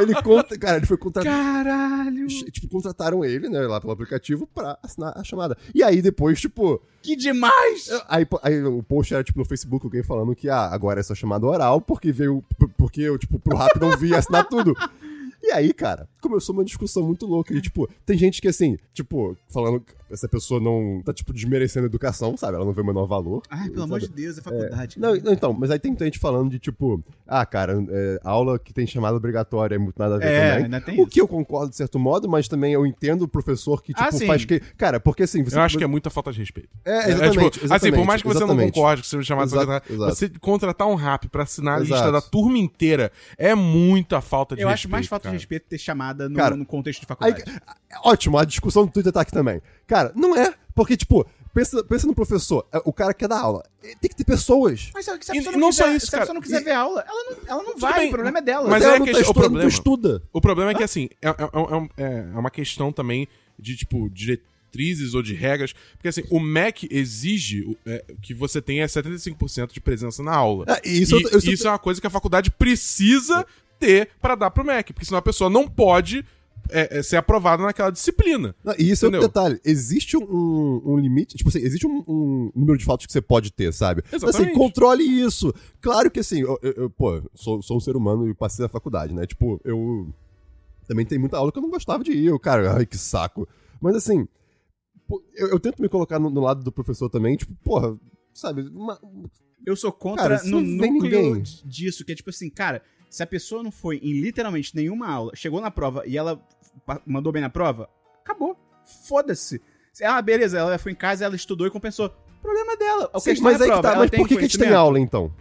D: ele- ele conta. Cara, ele foi contratado.
A: Caralho.
D: Tipo, contrataram ele, né, lá pelo aplicativo pra assinar a chamada. E aí depois, tipo,
A: Que demais!
D: Aí, po- aí o post era, tipo, no Facebook, alguém falando que, ah, agora é só chamada oral, porque veio, p- porque eu, tipo, pro rápido não vi assinar tudo. E aí, cara, começou uma discussão muito louca. E, tipo, tem gente que, assim, tipo, falando que essa pessoa não tá, tipo, desmerecendo a educação, sabe? Ela não vê o menor valor.
A: Ai, pelo
D: sabe?
A: amor de Deus, é faculdade.
D: Não, não, então, mas aí tem muita gente falando de, tipo, ah, cara, é, aula que tem chamada obrigatória é muito nada a ver
A: É,
D: também.
A: ainda tem
D: o
A: isso.
D: que eu concordo, de certo modo, mas também eu entendo o professor que, tipo,
A: Ah, sim.
D: faz que... Cara, porque, assim... Você
C: Eu acho que é muita falta de respeito.
D: É, exatamente,
C: assim, por mais
D: exatamente,
C: que você não
D: exatamente.
C: concorde que você chamar
D: Exato, exato.
C: você contratar um rap pra assinar a lista
D: Exato.
C: da turma inteira é muita falta de
A: Eu
C: respeito.
A: acho mais falta de
C: cara.
A: respeito ter chamada no,
D: Cara,
A: no contexto de
D: Aí,
A: faculdade.
D: ótimo, a discussão do Twitter tá aqui também. Cara, não é, porque, tipo, pensa, pensa no professor, é, o cara quer dar aula. Ele Tem que ter pessoas.
A: Mas sabe que se a
C: E-
A: pessoa
C: e
A: não,
C: não
A: quiser,
C: só isso,
A: se a pessoa
C: cara.
A: não quiser ver aula, ela não, ela não vai,
C: bem,
A: o problema é dela.
C: mas
D: Ela
C: é
D: não
C: que
D: tá
C: esse- o
D: estudando,
C: problema-
D: tu estuda.
C: O problema é que, assim, é, é- é um- é- é uma questão também de, tipo, diretrizes ou de regras. Porque, assim, o MEC exige o- é, que você tenha 75% de presença na aula.
D: Ah, e isso
C: e
D: eu- eu-
C: isso é uma coisa que a faculdade precisa ter pra dar pro MEC. Porque senão a pessoa não pode é, é, ser aprovada naquela disciplina.
D: Não, e isso é
C: Entendeu?
D: outro detalhe. Existe um- um, um limite, tipo assim, existe um, um número de faltas que você pode ter, sabe? Mas, Assim,
C: Exatamente.
D: controle isso. Claro que assim, eu, eu- eu, pô, sou, sou um ser humano e passei da faculdade, né? Tipo, eu. Também tem muita aula que eu não gostava de ir, eu, cara, ai que saco. Mas assim, pô, eu, eu tento me colocar no, no lado do professor também, tipo, porra, sabe? uma-
A: Eu sou
D: Cara,
A: contra
D: isso
A: no
D: não vem
A: núcleo
D: ninguém.
A: disso, que é tipo assim, cara, se a pessoa não foi em literalmente nenhuma aula, chegou na prova e ela pa- mandou bem na prova, acabou. Foda-se. Se- Ah, beleza, ela foi em casa, ela estudou e compensou. Problema dela. O
D: Sim,
A: questão
D: mas
A: é a
D: aí que
A: prova,
D: tá,
A: ela
D: mas por que, que a gente tem
A: conhecimento.
D: aula então?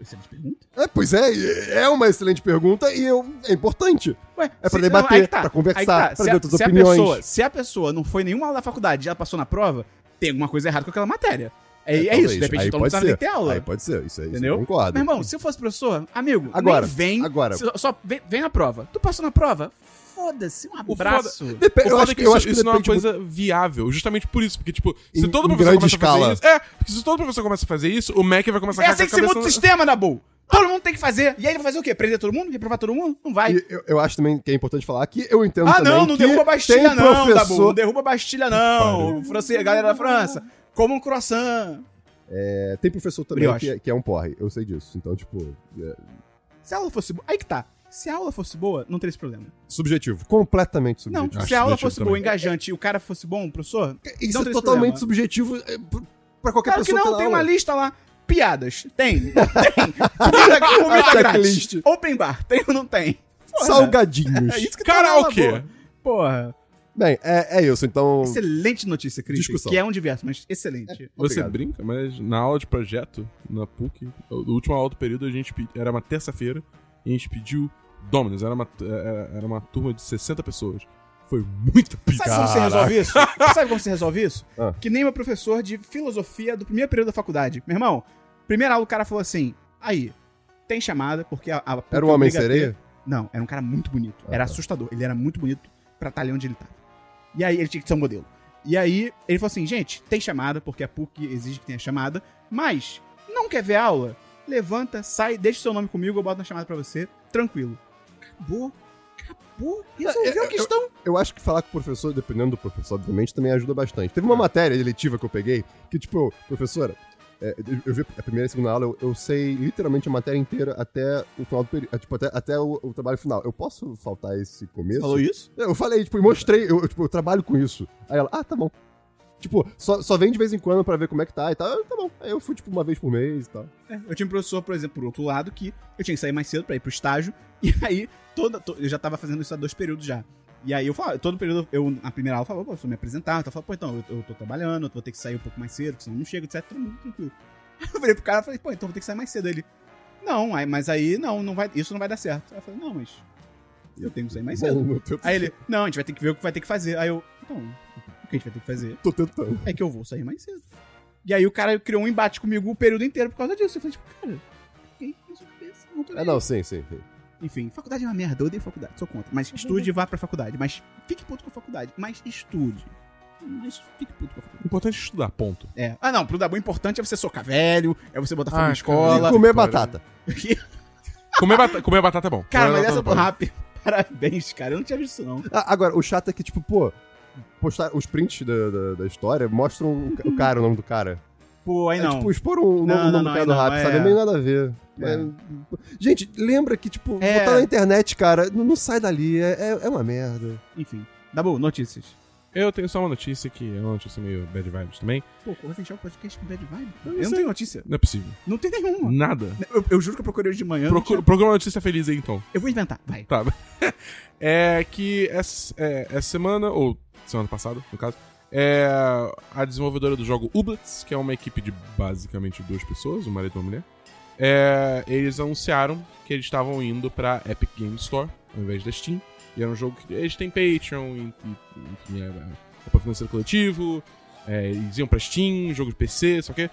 A: Excelente pergunta.
D: É, pois é, e- é uma excelente pergunta e eu- é importante.
A: Ué,
D: É pra
A: se-
D: debater,
A: aí que
D: pra conversar,
A: aí que
D: pra
A: Se
D: ver
A: a-
D: outras
A: se a
D: opiniões.
A: pessoa- se a pessoa não foi em nenhuma aula da faculdade e ela passou na prova, tem alguma coisa errada com aquela matéria. É, é
D: talvez.
A: isso, de repente
D: Aí
A: então não
D: pode
A: precisava nem
D: ser.
A: ter aula.
D: Aí pode ser, isso aí, isso
A: Entendeu?
D: eu concordo.
A: Meu irmão, se eu fosse professor, amigo,
D: Agora,
A: nem vem.
D: agora.
A: Só, só vem, vem na prova. Tu passou na prova? Foda-se, um
C: foda-
A: abraço.
D: Depe-
C: O
D: eu
C: foda
D: acho
C: é
D: que,
C: que
D: eu
C: isso,
D: acho que
C: isso não é uma
D: depende
C: coisa viável, justamente por isso. Porque, tipo, se
D: Em-
C: todo
D: em
C: professor
D: grande
C: começa a
D: escala.
C: fazer isso. É, porque se todo professor começa a fazer isso, o MEC vai começar
A: É
C: a
A: assim que se muda o sistema, Nabu. Todo mundo tem que fazer. E aí ele vai fazer o quê? Prender todo mundo? Reprovar todo mundo? Não vai.
D: E eu, eu acho também que é importante falar que eu entendo
A: ah,
D: também
A: não, não
D: que
A: derruba a Bastilha,
D: tem
A: não, Dabu. Não
D: professor...
A: derruba a Bastilha, não. França, galera da França, como um croissant.
D: É, tem professor também
A: Brioche.
D: que, é- que é um porre, eu sei disso. Então, tipo, é,
A: Se a aula fosse boa. Aí que tá. Se a aula fosse boa, não teria esse problema.
D: subjetivo, completamente
A: Não,
D: subjetivo.
C: acho
A: se a aula
C: subjetivo
A: fosse boa,
C: também.
A: engajante, e o cara fosse bom, professor.
D: Isso
A: não
D: é
A: tem esse
D: totalmente
A: problema.
D: subjetivo é, pra- pra qualquer
A: Claro que
D: pessoa.
A: não,
D: tá
A: tem
D: na
A: uma
D: aula.
A: lista lá. Piadas. Tem. Não tem. Comida, comida
D: A
A: grátis.
D: checklist.
A: Open bar. Tem ou não tem? Porra.
D: Salgadinhos.
A: É isso que tá na aula
C: Karaokê!
A: boa. Porra.
D: Bem, é, é isso, então...
A: Excelente notícia, Cris.
D: Discussão.
A: Que é um diverso, mas excelente.
C: Você
D: Obrigado.
C: brinca, mas na aula de projeto, na PUC, na última aula do período, a gente pe- era uma terça-feira e a gente pediu Dominus. Era uma, era era uma turma de 60 pessoas. Foi muita
A: Sabe
C: pizza.
A: como você resolve isso? Sabe como você resolve isso?
D: Ah.
A: Que nem meu professor de filosofia do primeiro período da faculdade. Meu irmão, primeira aula o cara falou assim: aí, tem chamada, porque a. a
D: Era um homem
A: obriga a ter-
D: sereia?
A: Não, era um cara muito bonito. Era assustador. Ele era muito bonito pra estar ali onde ele tava. E aí ele tinha que ser um modelo. E aí ele falou assim: gente, tem chamada, porque a PUC exige que tenha chamada, mas não quer ver aula? Levanta, sai, deixa o seu nome comigo, eu boto na chamada pra você, tranquilo. Acabou. Acabou. É, Resolveu a questão.
D: Eu acho que falar com o professor, dependendo do professor, obviamente, também ajuda bastante. Teve
A: É.
D: uma matéria eletiva que eu peguei, que, tipo, eu, professora, é, eu, eu vi a primeira e a segunda aula, eu, eu sei literalmente a matéria inteira até o final do período. Tipo, até, até o, o trabalho final. Eu posso faltar esse começo?
A: Falou isso?
D: Eu falei, tipo, e mostrei, eu, eu, tipo, eu trabalho com isso. Aí ela, ah, tá bom. Tipo, só, só vem de vez em quando pra ver como é que tá e tal. Eu, Tá bom. Aí eu fui, tipo, uma vez por mês e tal.
A: É, eu tinha um professor, por exemplo, por outro lado, que eu tinha que sair mais cedo pra ir pro estágio, e aí toda, to- eu já tava fazendo isso há dois períodos já. E aí eu falava, todo período, eu, na primeira aula, falava, pô, eu sou me apresentar, então eu falava, pô, então, eu, eu tô trabalhando, eu vou ter que sair um pouco mais cedo, porque senão eu não chego, etc, todo mundo tranquilo. Aí eu falei pro cara, eu falei, pô, então eu vou ter que sair mais cedo. Ele, não, aí, mas aí, não, não vai, isso não vai dar certo. Aí eu falei, não, mas eu tenho que sair mais cedo.
D: Bom, eu tô,
A: é. Aí ele, não, a gente vai ter que ver o que vai ter que fazer. Aí eu, então, o que a gente vai ter que fazer?
D: tô tentando.
A: é que eu vou sair mais cedo. E aí o cara criou um embate comigo o período inteiro por causa disso. Eu falei, tipo, cara, fiquei na sua cabeça, não tô
D: É,
A: nem
D: não, sim, sim. sim.
A: aí. Enfim, faculdade é uma merda, eu odeio faculdade, sou contra. Mas estude e vá pra faculdade. Mas fique puto com a faculdade. Mas estude. Mas fique puto com a faculdade.
C: O importante é estudar, ponto.
A: É. Ah, não, pro Dabu o importante é você socar velho, é você botar fogo
C: Ah,
A: na
C: cara.
A: escola.
D: E comer
C: Vitória.
D: batata.
C: Comer, bata- comer batata é bom.
A: Cara,
C: Comer
A: mas
C: batata
A: essa do
C: é bom.
A: rap, parabéns, cara. Eu não tinha visto isso, não.
D: Ah, agora, o chato é que, tipo, pô, postar os prints da, da, da história mostram o, ca- o cara, o nome do cara.
A: Pô, aí
D: É,
A: não.
D: tipo, expor o nome,
A: Não,
D: o nome
A: não,
D: do
A: não,
D: cara
A: aí
D: do
A: não,
D: rap,
A: é.
D: sabe? É meio nada a ver.
A: É.
D: Mas- Gente, lembra que, tipo,
A: É.
D: botar na internet, cara, não, não sai dali. É, é, é uma merda.
A: Enfim. Dabu, notícias.
C: Eu tenho só uma notícia que é uma notícia meio bad vibes também.
A: Pô, eu vou fechar o podcast com bad vibe? Eu,
C: não
A: não
C: sei.
A: tenho notícia.
C: Não é possível.
A: Não tem nenhuma.
C: Nada.
A: Eu, eu juro que Hum. eu procurei hoje de manhã. não
C: Procura, procura uma notícia feliz aí, então.
A: tinha. Eu vou inventar, vai.
C: Tá. É que essa, é, essa semana, ou semana passada, no caso, é a desenvolvedora do jogo Ublitz, que é uma equipe de basicamente duas pessoas, um marido e uma mulher, é, eles anunciaram que eles estavam indo pra Epic Games Store, ao invés da Steam. E era um jogo que eles têm Patreon, e, e, enfim, é, é, apoio financeiro coletivo, é, eles iam pra Steam, jogo de PC, só que...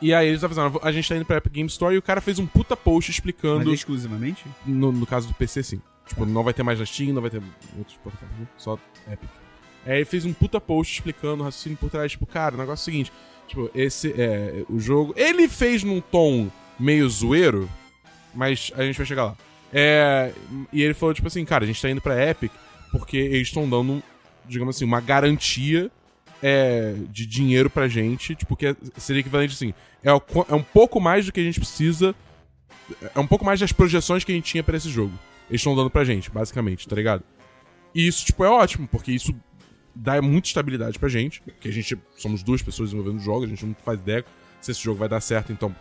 C: E aí eles avisaram, a gente tá indo pra Epic Games Store e o cara fez um puta post
A: Mas
C: explicando...
A: exclusivamente?
C: No, no caso do PC, sim. Tipo, não vai ter mais na Steam, não vai ter outros plataformas, né? só Epic. É, ele fez um puta post explicando o raciocínio por trás, tipo, cara, o negócio é o seguinte, tipo, esse é o jogo. Ele fez num tom meio zoeiro, mas a gente vai chegar lá. É, e ele falou, tipo assim, cara, a gente tá indo pra Epic porque eles estão dando, digamos assim, uma garantia é, de dinheiro pra gente, tipo, que é- seria equivalente assim, é, o qu- é um pouco mais do que a gente precisa é um pouco mais das projeções que a gente tinha pra esse jogo. Eles estão dando pra gente, basicamente, tá ligado? E isso, tipo, é ótimo, porque isso dá muita estabilidade pra gente, porque a gente somos duas pessoas desenvolvendo o jogo, a gente não faz ideia se esse jogo vai dar certo, então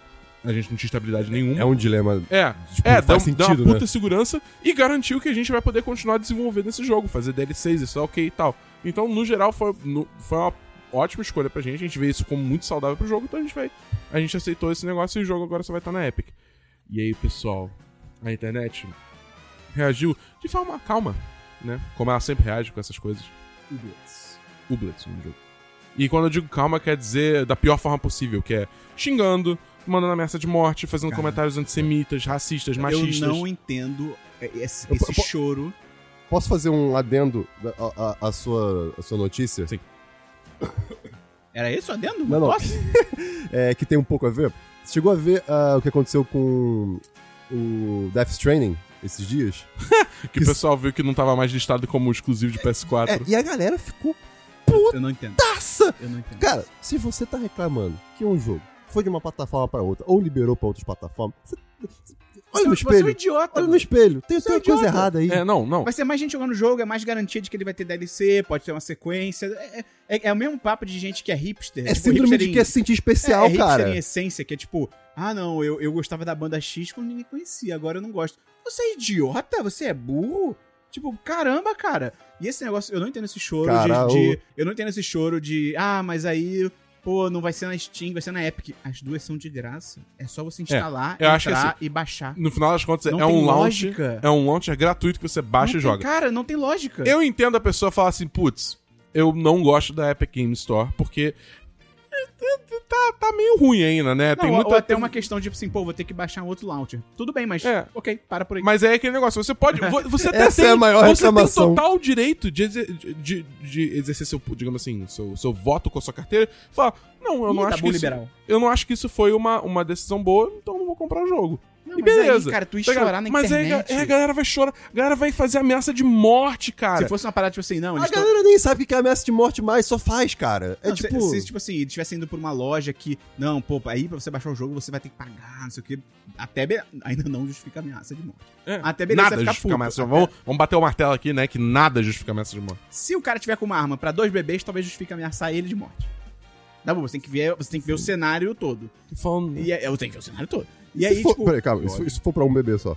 C: a gente não tinha estabilidade nenhuma.
D: É um dilema.
C: É,
D: Tipo,
C: é
D: não
C: dá,
D: faz
C: um- dá
D: sentido,
C: uma puta segurança e garantiu que a gente vai poder continuar desenvolvendo esse jogo, fazer DLCs, isso é ok e tal. Então, no geral, foi, no- foi uma ótima escolha pra gente, a gente vê isso como muito saudável pro jogo, então a gente vai. A gente aceitou esse negócio e o jogo agora só vai estar na Epic. E aí, pessoal, a internet reagiu de forma calma, né? Como ela sempre reage com essas coisas. Ublets. Ublets no jogo. E quando eu digo calma, quer dizer da pior forma possível, que é xingando, mandando ameaça de morte, fazendo
A: Cara.
C: comentários antissemitas, racistas, machistas.
A: Eu não entendo é, esse,
D: Eu-
A: esse
D: eu-
A: choro.
D: Posso fazer um adendo da- à- à à sua, à sua notícia?
C: Sim.
A: Era isso adendo?
D: Não, não.
A: Posso?
D: É, que tem um pouco a ver. Você chegou a ver ah, o que aconteceu com o Death Stranding esses dias?
C: Que o pessoal viu que não tava mais listado como exclusivo de
D: É,
C: PS4.
D: e a galera ficou
A: Eu não entendo.
D: taça!
A: Eu não entendo.
D: Cara, se você tá reclamando que um jogo foi de uma plataforma pra outra ou liberou pra outras plataformas, você- você- olha Tá
A: Você-
D: no
A: Você é um
D: espelho.
A: idiota.
D: Olha no espelho. Tem,
A: Você é
D: tem coisa
A: idiota.
D: errada aí.
C: É, não, não.
A: Vai ser mais gente jogando o jogo, é mais garantia de que ele vai ter DLC, pode ter uma sequência. É, é- é o mesmo papo de gente que é hipster.
D: É síndrome de
A: hipster em-
D: quer se sentir especial,
A: é, é hipster em
D: cara.
A: essência, que é tipo, ah não, eu, eu gostava da banda X quando ninguém conhecia, agora eu não gosto. Você é idiota? Você é burro? Tipo, caramba, cara. E esse negócio, eu não entendo esse choro de-
D: Cara,
A: de,
D: o-
A: Eu não entendo esse choro de, ah, mas aí, pô, não vai ser na Steam, vai ser na Epic. As duas são de graça. É só você instalar,
C: eu acho que assim,
A: entrar e baixar.
C: No final das contas,
A: Não
C: é
A: tem
C: um launch.
A: lógica.
C: É um launcher gratuito que você baixa
A: Não
C: e
A: tem-
C: joga.
A: Cara, não tem lógica.
C: Eu entendo a pessoa falar assim, putz, eu não gosto da Epic Game Store, porque. Tá, tá meio ruim ainda, né?
A: Não, ou- ou até uma questão de, assim, pô, vou ter que baixar um outro launcher. Tudo bem, mas,
C: É.
A: ok, para por aí.
C: Mas é aquele negócio, você pode. vo- Você até
D: Essa
C: tem,
D: é a maior
C: você tem
D: reclamação.
C: total direito de, exer- de, de exercer seu, digamos assim, seu, seu voto com a sua carteira. Falar, não, eu não
A: Ih,
C: acho
A: Dabu
C: que isso,
A: liberal.
C: Eu não acho que isso foi uma, uma decisão boa, então eu não vou comprar o jogo.
A: Não,
C: e
A: mas
C: beleza.
A: Aí, cara, tu ia
C: Tá ligado?
A: chorar na
C: mas aí
A: internet.
C: ga- é, a galera vai chorar, a galera vai fazer ameaça de morte, cara.
A: Se fosse uma parada tipo assim, não,
D: A
A: eles tão-
D: galera nem sabe o que é ameaça de morte mais, só faz, cara. É
A: Não,
D: tipo.
A: Se, se, tipo assim, eles tivessem indo por uma loja que, não, pô, aí pra você baixar o jogo você vai ter que pagar, não sei o quê. Até be- ainda não justifica a ameaça de morte.
C: É,
A: Até beleza,
C: nada
A: você vai ficar
C: justifica
A: puto.
C: ameaça.
A: Até-
C: Vamos, vamos bater o martelo aqui, né? Que nada justifica ameaça de morte.
A: Se o cara tiver com uma arma pra dois bebês, talvez justifique ameaçar ele de morte. Tá bom, você tem que ver, você tem que ver o cenário todo.
C: Tô falando.
A: E é, eu tenho que ver o cenário todo. E
D: se
A: aí,
D: for-
A: tipo,
D: Peraí, calma. Isso, isso for pra um bebê só.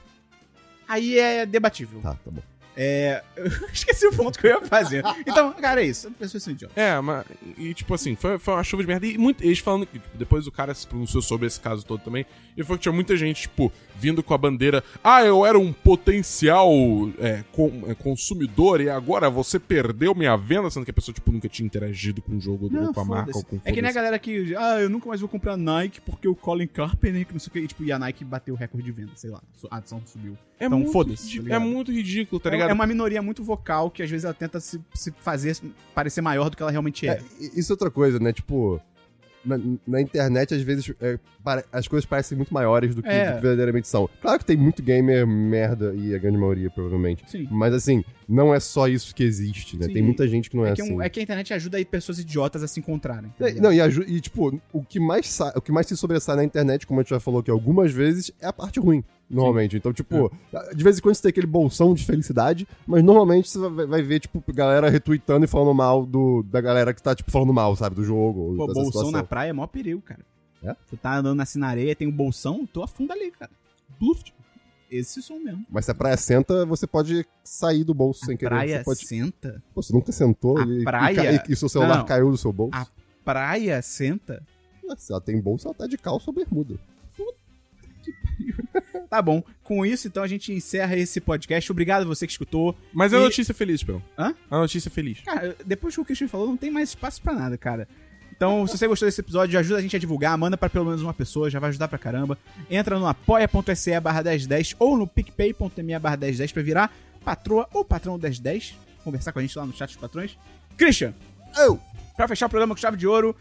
A: aí é debatível.
D: Tá, tá bom.
A: É, eu esqueci o ponto que eu ia fazer. Então, cara, é isso. As pessoas são idiotas.
C: É, mas. E tipo assim, foi, foi uma chuva de merda. E muito, eles falando que, tipo, depois o cara se pronunciou sobre esse caso todo também. E foi que tinha muita gente, tipo, vindo com a bandeira. Ah, eu era um potencial é, com- é, consumidor e agora você perdeu minha venda, sendo que a pessoa, tipo, nunca tinha interagido com o jogo ou
A: Não,
C: com a marca
A: foda-se.
C: ou com
A: É que nem a
C: foda-se.
A: galera que, ah, eu nunca mais vou comprar Nike porque o Colin Kaepernick, não sei o que, e, tipo, e a Nike bateu o recorde de venda, sei lá, a ação subiu.
C: É
A: Então,
C: muito
A: foda-se,
C: ridi-
A: tá ligado?
C: É muito ridículo, tá
A: É-
C: ligado?
A: É uma minoria muito vocal que às vezes ela tenta se, se fazer parecer maior do que ela realmente é.
D: É, i- isso é outra coisa, né? Tipo, na, na internet, às vezes, é, pare- as coisas parecem muito maiores do que,
A: É.
D: do que verdadeiramente são. Claro que tem muito gamer merda e a grande maioria, provavelmente.
A: Sim.
D: Mas, assim, não é só isso que existe, né?
A: Sim.
D: Tem muita gente que não é,
A: É que, um-
D: assim.
A: é que a internet ajuda aí pessoas idiotas a se encontrarem. tá
D: É,
A: ligado?
D: Não, e, aju- e, tipo, o que, mais sa- o que mais se sobressai na internet, como a gente já falou aqui algumas vezes, é a parte ruim, normalmente. Então, tipo,
A: É.
D: de vez em quando você tem aquele bolsão de felicidade, mas normalmente você vai, vai ver, tipo, galera retweetando e falando mal do, da galera que tá, tipo, falando mal, sabe, do jogo. ou
A: Pô,
D: dessa
A: bolsão
D: situação.
A: na praia é maior perigo, cara.
D: É?
A: Tu tá andando assim na areia, tem um bolsão, tu afunda ali, cara. Bluff. Esse som mesmo.
D: Mas se a praia senta, você pode sair do bolso sem querer.
A: praia
D: Você, pode...
A: senta.
D: Pô, você nunca sentou
A: A
D: e, e
A: praia-
D: ca- e, e seu celular
A: Não.
D: caiu do seu bolso.
A: A- Praia senta.
D: Se ela tem bolso, ela tá de calça ou bermuda.
A: Tá bom. Com isso, então a gente encerra esse podcast. Obrigado a você que escutou.
C: Mas é
A: E-
C: a notícia feliz, Pedro.
A: Hã?
C: A notícia feliz.
A: Cara, depois que o Christian falou, não tem mais espaço pra nada, cara. Então, se você gostou desse episódio, ajuda a gente a divulgar, manda pra pelo menos uma pessoa, já vai ajudar pra caramba. Entra no apoia.se barra 1010 ou no picpay.me barra 1010 pra virar patroa ou patrão 1010. Conversar com a gente lá no chat dos patrões. Christian,
D: Eu
A: pra fechar o programa com chave de ouro,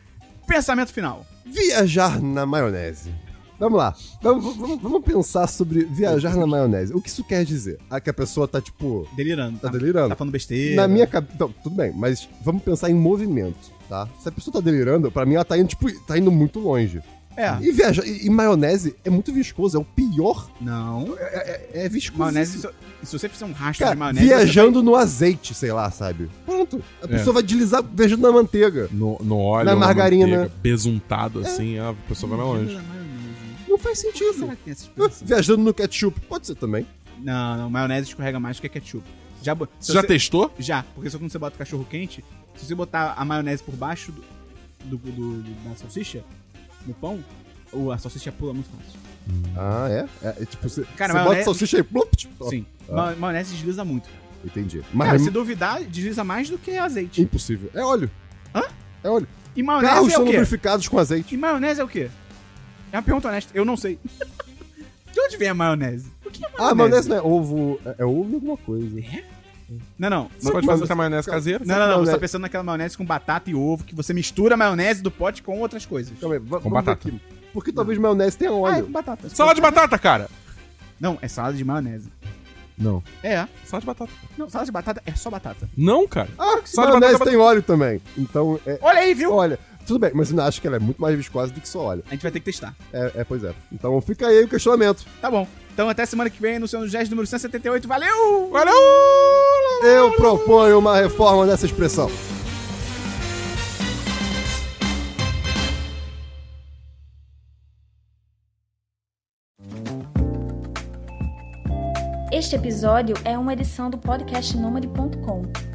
A: pensamento final.
D: viajar na maionese. Vamos lá. Vamos, vamos- vamos pensar sobre viajar na maionese. O que isso quer dizer? Ah, que a pessoa tá, tipo,
A: Delirando.
D: tá
A: Tá,
D: delirando.
A: tá falando besteira.
D: Na minha cabeça. Então, tudo bem, mas vamos pensar em movimento, tá? Se a pessoa tá delirando, pra mim ela tá indo, tipo, tá indo muito longe.
A: É.
D: E viajar. E, e maionese é muito viscoso, é o pior.
A: Não.
D: É, é viscoso.
A: Maionese, se, se você fizer um rastro
D: Cara,
A: de maionese... É.
D: viajando no azeite, sei lá, sabe? Pronto. A pessoa vai deslizar viajando na manteiga.
C: No, no óleo,
D: Na margarina. É.
C: manteiga, besuntado assim, a pessoa vai mais
A: Você
C: longe.
A: vai... Maionese.
D: Não faz
A: Por que
D: sentido.
A: será é que tem essas
D: Ah,
A: pessoas?
D: Viajando no ketchup, pode ser também.
A: Não, não, maionese escorrega mais do que ketchup. Já, bo- se
C: Você já
A: você-
C: testou?
A: Já, porque só quando você bota o cachorro quente, se você botar a maionese por baixo do, do- do- do- da salsicha, no pão, ou a salsicha pula muito fácil.
D: Ah, é? É, é tipo, você,
A: Cara,
D: você bota
A: maionese-
D: salsicha e plop, tipo,
A: Sim.
D: ah.
A: Ma- maionese desliza muito.
D: ó, Entendi.
A: Cara,
D: Mas
A: se duvidar, desliza mais do que
D: é
A: azeite.
D: impossível. É óleo.
A: Hã?
D: É óleo.
A: E maionese
D: Carros
A: é
D: são
A: o quê?
D: lubrificados com azeite.
A: E maionese é o quê? É uma pergunta honesta, eu não sei. De onde vem a maionese? O que é maionese? É.
D: Ah, maionese não é ovo. É, é ovo e alguma coisa.
A: Não, não.
C: Você pode fazer a maionese caseira?
A: Não, não, não. Você
D: maionese-
A: tá pensando naquela maionese com batata e ovo, que você mistura a maionese do pote com outras coisas.
D: Calma aí, va-
C: Com
D: vamos ver
C: batata.
D: aqui. Porque talvez maionese tenha
A: Ah, é
D: óleo.
A: com batata.
C: Salada de batata, cara!
A: Não, é salada de maionese.
C: Não.
A: É.
C: Salada de batata.
A: Não, salada de batata é só batata.
C: Não, cara.
D: Ah,
C: sim.
D: maionese
C: Batata-
D: tem óleo também. Então, é,
A: Olha aí, viu?
D: olha, tudo bem, mas eu acho que ela é muito mais viscosa do que só óleo.
A: A gente vai ter que testar.
D: É, é, pois é. Então fica aí o questionamento.
A: Tá bom. Então até semana que vem no seu Jazz número 178. Valeu!
C: Valeu!
D: Eu proponho uma reforma dessa expressão.
B: Este episódio é uma edição do podcast Nômade.com.